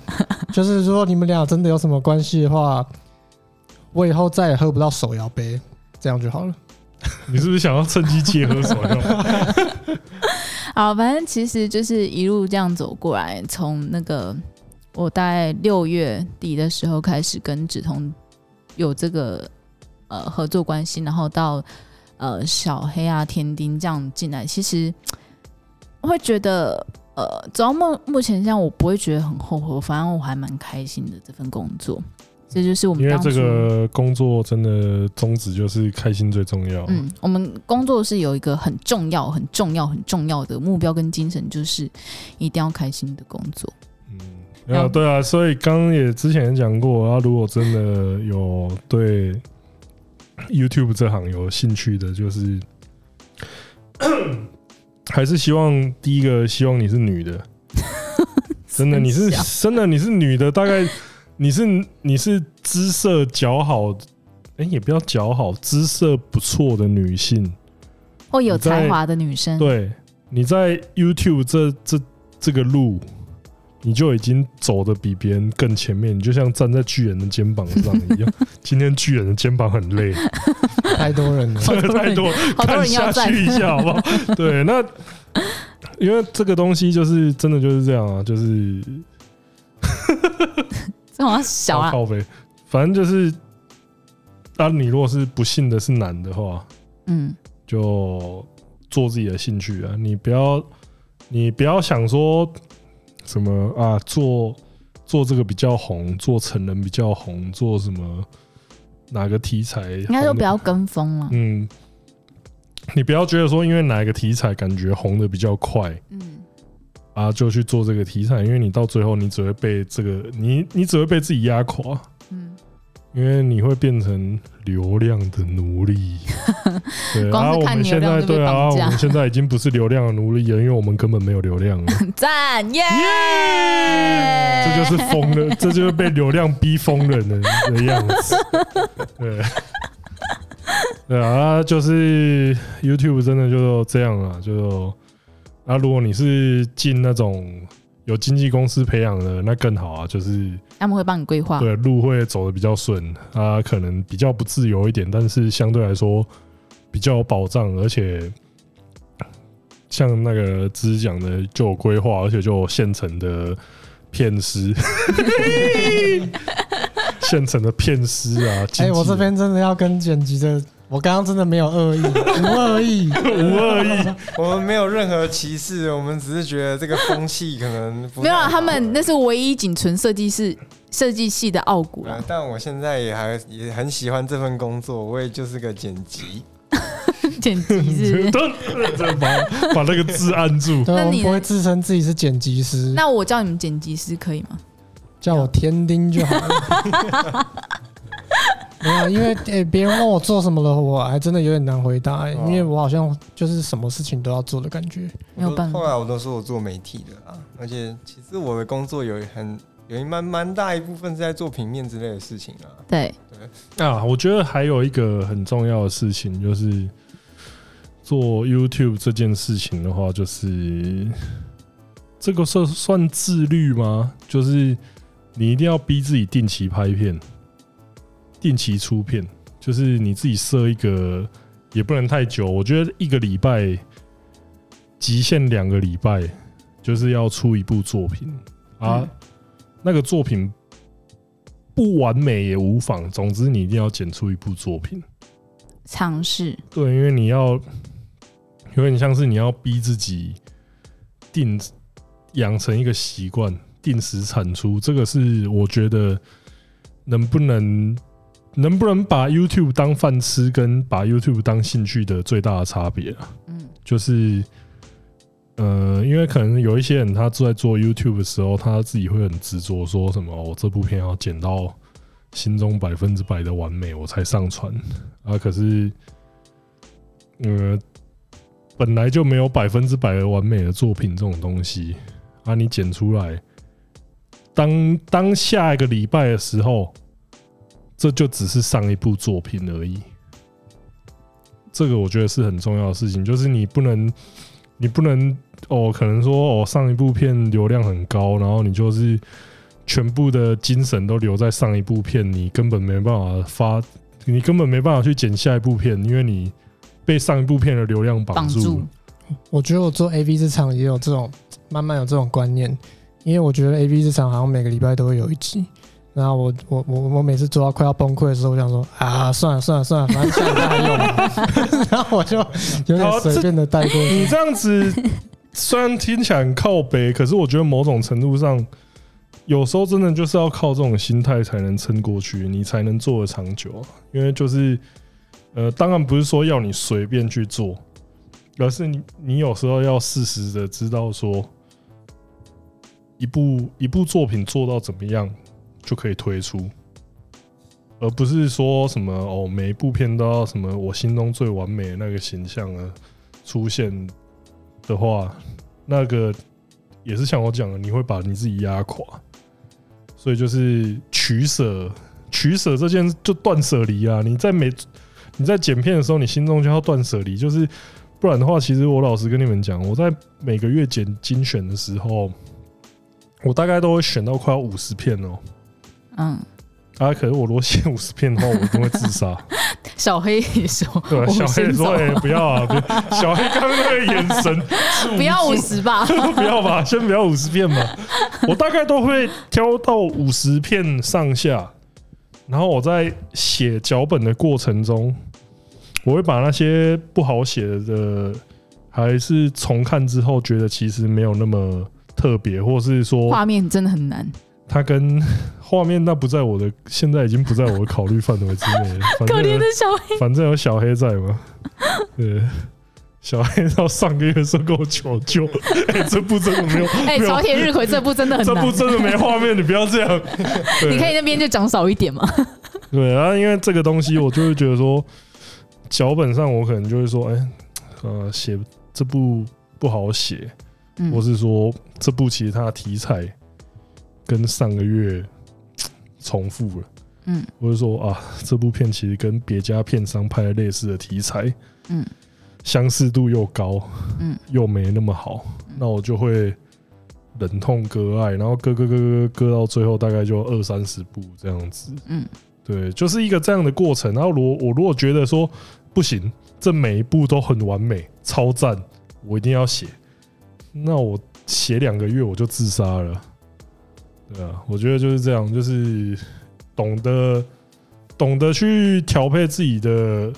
就是说，你们俩真的有什么关系的话，我以后再也喝不到手摇杯，这样就好了。你是不是想要趁机切喝手啊药？好，反正其实就是一路这样走过来，从那个我大概六月底的时候开始跟止痛有这个呃合作关系，然后到呃小黑啊、天丁这样进来，其实会觉得呃，走到目目前这样，我不会觉得很后悔，反正我还蛮开心的这份工作。这就是 我们因为当初这个工作真的宗旨就是开心最重要。嗯，我们工作是有一个很重要、很重要、很重要的目标跟精神，就是一定要开心的工作。嗯，啊，对啊，所以刚刚也之前也讲过，啊，如果真的有对 YouTube 这行有兴趣的，就是 还是希望第一个希望你是女的，真的你是小真的你是女的，大概 你是你是姿色姣好，哎、也不要姣好，姿色不错的女性，或哦有你在嗯才华的女生，对，你在 YouTube 这这这个路，你就已经走的比别人更前面，你就像站在巨人的肩膀上一样。今天巨人的肩膀很累，太多 人了。哎真的太多，好多看人下要赞去一下好不好？对，那因为这个东西就是真的就是这样啊，就是这好像小靠啊，靠背，反正就是，啊，你如果是不幸的是男的话，嗯，就做自己的兴趣啊，你不要你不要想说什么啊，做做这个比较红，做成人比较红，做什么哪个题材应应该说不要跟风了，嗯，你不要觉得说因为哪一个题材感觉红的比较快嗯，啊，就去做这个题材，因为你到最后你只会被这个你你只会被自己压垮，嗯，因为你会变成流量的奴 隶。对，光啊，是我看们现流量在就被对啊，绑我架们现在已经不是流量的奴隶了，因为我们根本没有流量了。 嗯赞耶！耶！这就是疯 了，这就是被流量逼疯人的的样子。对，对啊，就是 YouTube 真的就这样啊，就啊，如果你是进那种有经纪公司培养的，那更好啊，就是他们会帮你规啊划，对路会走的比较顺啊，可能比较不自由一点，但是相对来说比较有保障，而且像那个之讲的就有规划，而且就有现成的骗 师，现成的骗师啊，哎、经纪我这人边真的要跟剪辑的，我刚刚真的没有恶 意，无恶意。无恶意， 我们没有任何歧视，我们只是觉得这个风气可能不没有啊，太好他们那是唯一仅存设计师设计系的傲骨呃了。但我现在也还也很喜欢这份工作，我也就是个剪辑。嗯剪 辑是不是把把那个字按住，对，那我你们呢不会自称自己是剪辑师，那我叫你们剪辑师可以吗？叫我天丁就好了。没有，因为诶，别、人问我做什么了，我还真的有点难回答、欸，哦因为我好像就是什么事情都要做的感觉。没有办法我都后来我都说我做媒体的啊，而且其实我的工作有很有一蛮蛮大一部分是在做平面之类的事情啊。对，啊，我觉得还有一个很重要的事情就是，做 YouTube 这件事情的话，就是这个算算自律吗？就是你一定要逼自己定期拍片，定期出片，就是你自己设一个，也不能太久。我觉得一个礼拜极限两个礼拜，就是要出一部作品啊。嗯那个作品不完美也无妨，总之你一定要剪出一部作品。尝试，对，因为你要有点像是你要逼自己定养成一个习惯，定时产出。这个是我觉得能不能能不能把 YouTube 当饭吃，跟把 YouTube 当兴趣的最大的差别啊。嗯就是呃，因为可能有一些人他在做 YouTube 的时候，他自己会很执着，说什么我、哦这部片要剪到心中百分之百的完美，我才上传啊。可是，呃，本来就没有百分之百的完美的作品这种东西啊，你剪出来，当当下一个礼拜的时候，这就只是上一部作品而已。这个我觉得是很重要的事情，就是你不能，你不能哦，可能说哦，上一部片流量很高，然后你就是全部的精神都留在上一部片，你根本没办法发，你根本没办法去剪下一部片，因为你被上一部片的流量绑住住，我觉得我做 A V 市场也有这种慢慢有这种观念，因为我觉得 A V 市场好像每个礼拜都会有一集。然后我我我我每次做到快要崩溃的时候，我想说啊，算了算了算了，反正下礼拜还有嘛。 然后我就有点随便的带过去你。这样子虽然听起来很靠北，可是我觉得某种程度上，有时候真的就是要靠这种心态才能撑过去，你才能做得长久啊。因为就是，呃，当然不是说要你随便去做，而是你你有时候要适时的知道说，一部一部作品做到怎么样就可以推出。而不是说什么哦，每一部片都要什么我心中最完美的那个形象啊，出现的话，那个也是像我讲的，你会把你自己压垮。所以就是取舍，取舍这件就断舍离啊！你在每你在剪片的时候，你心中就要断舍离，就是不然的话，其实我老实跟你们讲，我在每个月剪精选的时候，我大概都会选到快要五十片哦。嗯，啊，可是我如果写五十片的话，我一定会自杀。 小黑也说，对、啊，我小黑先说：“走哎、不要啊！”不要小黑刚刚那个眼神，是 不要五十吧，不要吧，先不要五十片吧。我大概都会挑到五十片上下，然后我在写脚本的过程中，我会把那些不好写的，还是重看之后觉得其实没有那么特别，或是说画面真的很难，它跟画面那不在我的，现在已经不在我的考虑范围之内了。反 可怜正的小黑，反正有小黑在嘛，对。小黑到上个月的时候跟我求救， 哎、这部真的没有，哎，没有朝鲜日葵这部真的很这难部，真的没画面，你不要这 样。对你可以那边就讲少一点嘛，对啊，因为这个东西，我就会觉得说，脚本上我可能就会说，哎，呃，写这部不好写，嗯或是说这部其实它的题材跟上个月嘖重复了，嗯或者说啊，这部片其实跟别家片商拍的类似的题材，嗯相似度又高，嗯又没那么好，那我就会忍痛割爱，然后割割割割割到最后大概就二三十部这样子。嗯对，就是一个这样的过程。然后如果我如果觉得说不行，这每一步都很完美、超赞，我一定要写，那我写两个月我就自杀了。对啊，我觉得就是这样，就是懂得懂得去调配自己的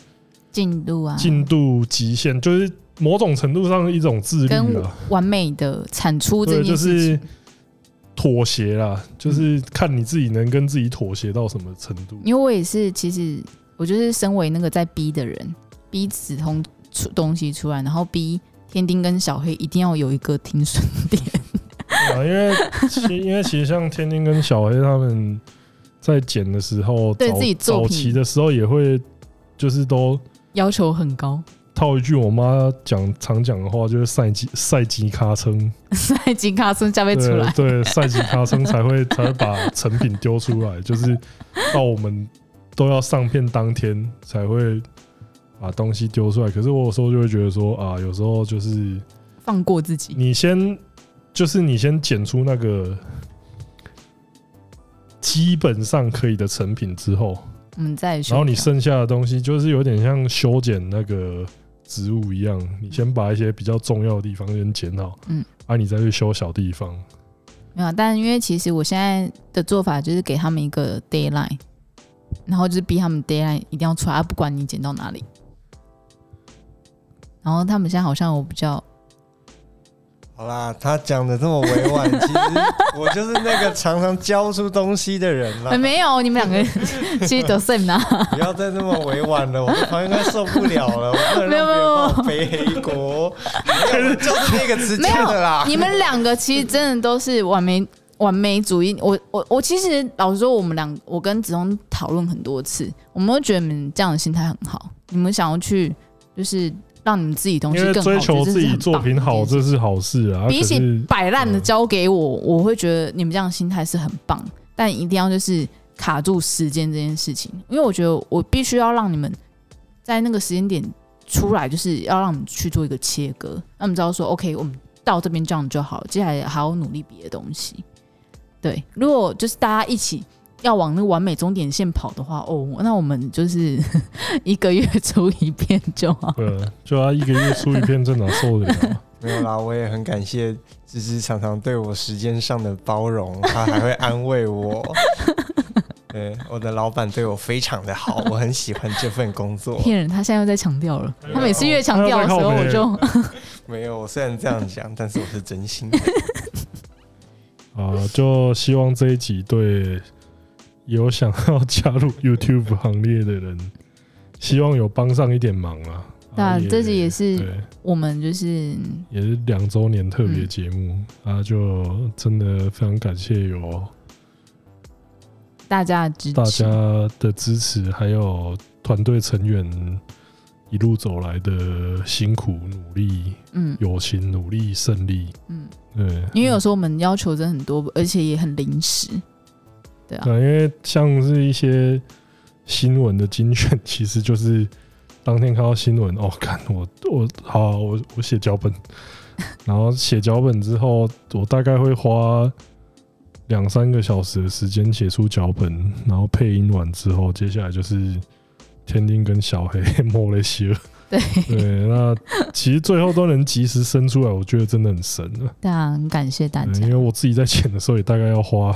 进度啊，进度极限，就是某种程度上一种自律啊跟了。完美的产出这对，件就事是情，嗯妥协啦，就是看你自己能跟自己妥协到什么程度。因为我也是，其实我就是身为那个在逼的人，逼子通出东西出来，然后逼天丁跟小黑一定要有一个停损点，啊，因为其因为其实像天天跟小黑他们在剪的时候， 对早自己作早品期的时候也会就是都 要求很 高，套一句我妈讲常讲的话，就是赛级赛级咔称，塞金卡森加倍出对来，对，赛级咔称才 会才会把成品丢出来，就是到我们都要上片当天才会把东西丢出来。可是我有时候就会觉得说啊，有时候就是。放过自己，你先就是你先剪出那个基本上可以的成品之后，我们再说。然后你剩下的东西就是有点像修剪那个植物一样，你先把一些比较重要的地方先剪好，嗯，啊，你再去修小地方。没有，但因为其实我现在的做法就是给他们一个 d a y l i n e 然后就是逼他们 d a y l i n e 一定要出来，啊不管你剪到哪里。然后他们现在好像我比较好啦，他讲的这么 委婉，其实我就是那个常常教出东西的人啦哎，。没有，你们两个 其实都 same 啊 啦， 不要再这么委婉了，我的朋友应该受不了了，我不能让没别有人没有帮我背黑锅。没有就是那个直接的啦。你们两个其实真的都是完美完美主义。我我我其实老实说，我们两我跟子通讨论很多次，我们都觉得你们这样的心态很好，你们想要去就是让你们自己东西因为更好，追求这是自己很作棒的品一件好，事这是好事啊。比可起是摆烂的嗯交给我，我会觉得你们这样的心态是很棒，但一定要就是卡住时间这件事情，因为我觉得我必须要让你们在那个时间点出来，就是要让你们去做一个切割，让你们知道说 OK，我们到这边这样就好了，接下来还要努力别的东西。对，如果就是大家一起要往那个完美终点线跑的话，哦，那我们就是 一个月 出一遍就 好。对，啊就他一个月出一片，这哪受得了啊？ 没有啦，我也很感谢芝芝常常对我时间上的包容，她还会安 慰我。对，我的老板对我非常的好，我很喜欢这份 工作。骗人，他现在又在强调了。对啊他每次越强调的时候，他又我在靠就北没有，我虽然这样讲，但是我是 真心的。啊，就希望这一集对有想要加入 YouTube 行列的人，希望有帮上一点忙啊。对啊这集也是对，我们就是也是两周年特嗯别节目、啊，就真的非常感谢有大家的支持，大家的支持，还有团队成员一路走来的辛苦努力、嗯友情努力、胜利。嗯，对，因为有时候我们要求真的很多，而且也很临时，对啊，对，因为像是一些新闻的精选， 其实就是当天看到新闻，哦，看我我好啊、我我写脚本，然后写脚本之后，我大概会花两三个小时的时间写出脚本，然后配音完之后，接下来就是天丁跟小黑 摸了一些。对对，那其实最后都能及时生出来，我觉得真的很神了、当然啊很感谢大对家嗯因为。我自己在剪的时候，也大概要花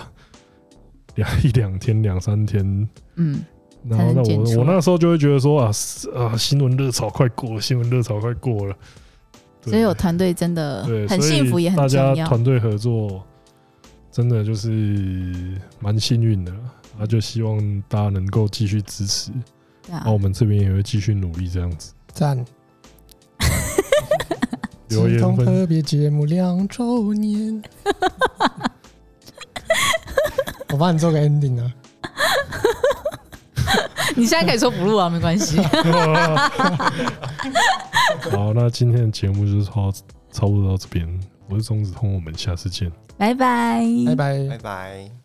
两一两天、两三天。嗯，然后才那能剪我出我来那时候就会觉得说啊是啊，新闻热潮快过了，新闻热潮快过了。对所以有团队真的对，很所以幸福，也很大重家要。团队合作真的就是蛮幸运的啦，啊，就希望大家能够继续支持，对啊那、，我们这边也会继续努力这样子。赞！留直言通分特别节目两周年，我帮你做个 ending 啊！你现在可以说不录啊，没 关系。好，那今天的节目就是差差不多到这边，我是钟子通，我们下次见。拜拜，拜拜拜。拜。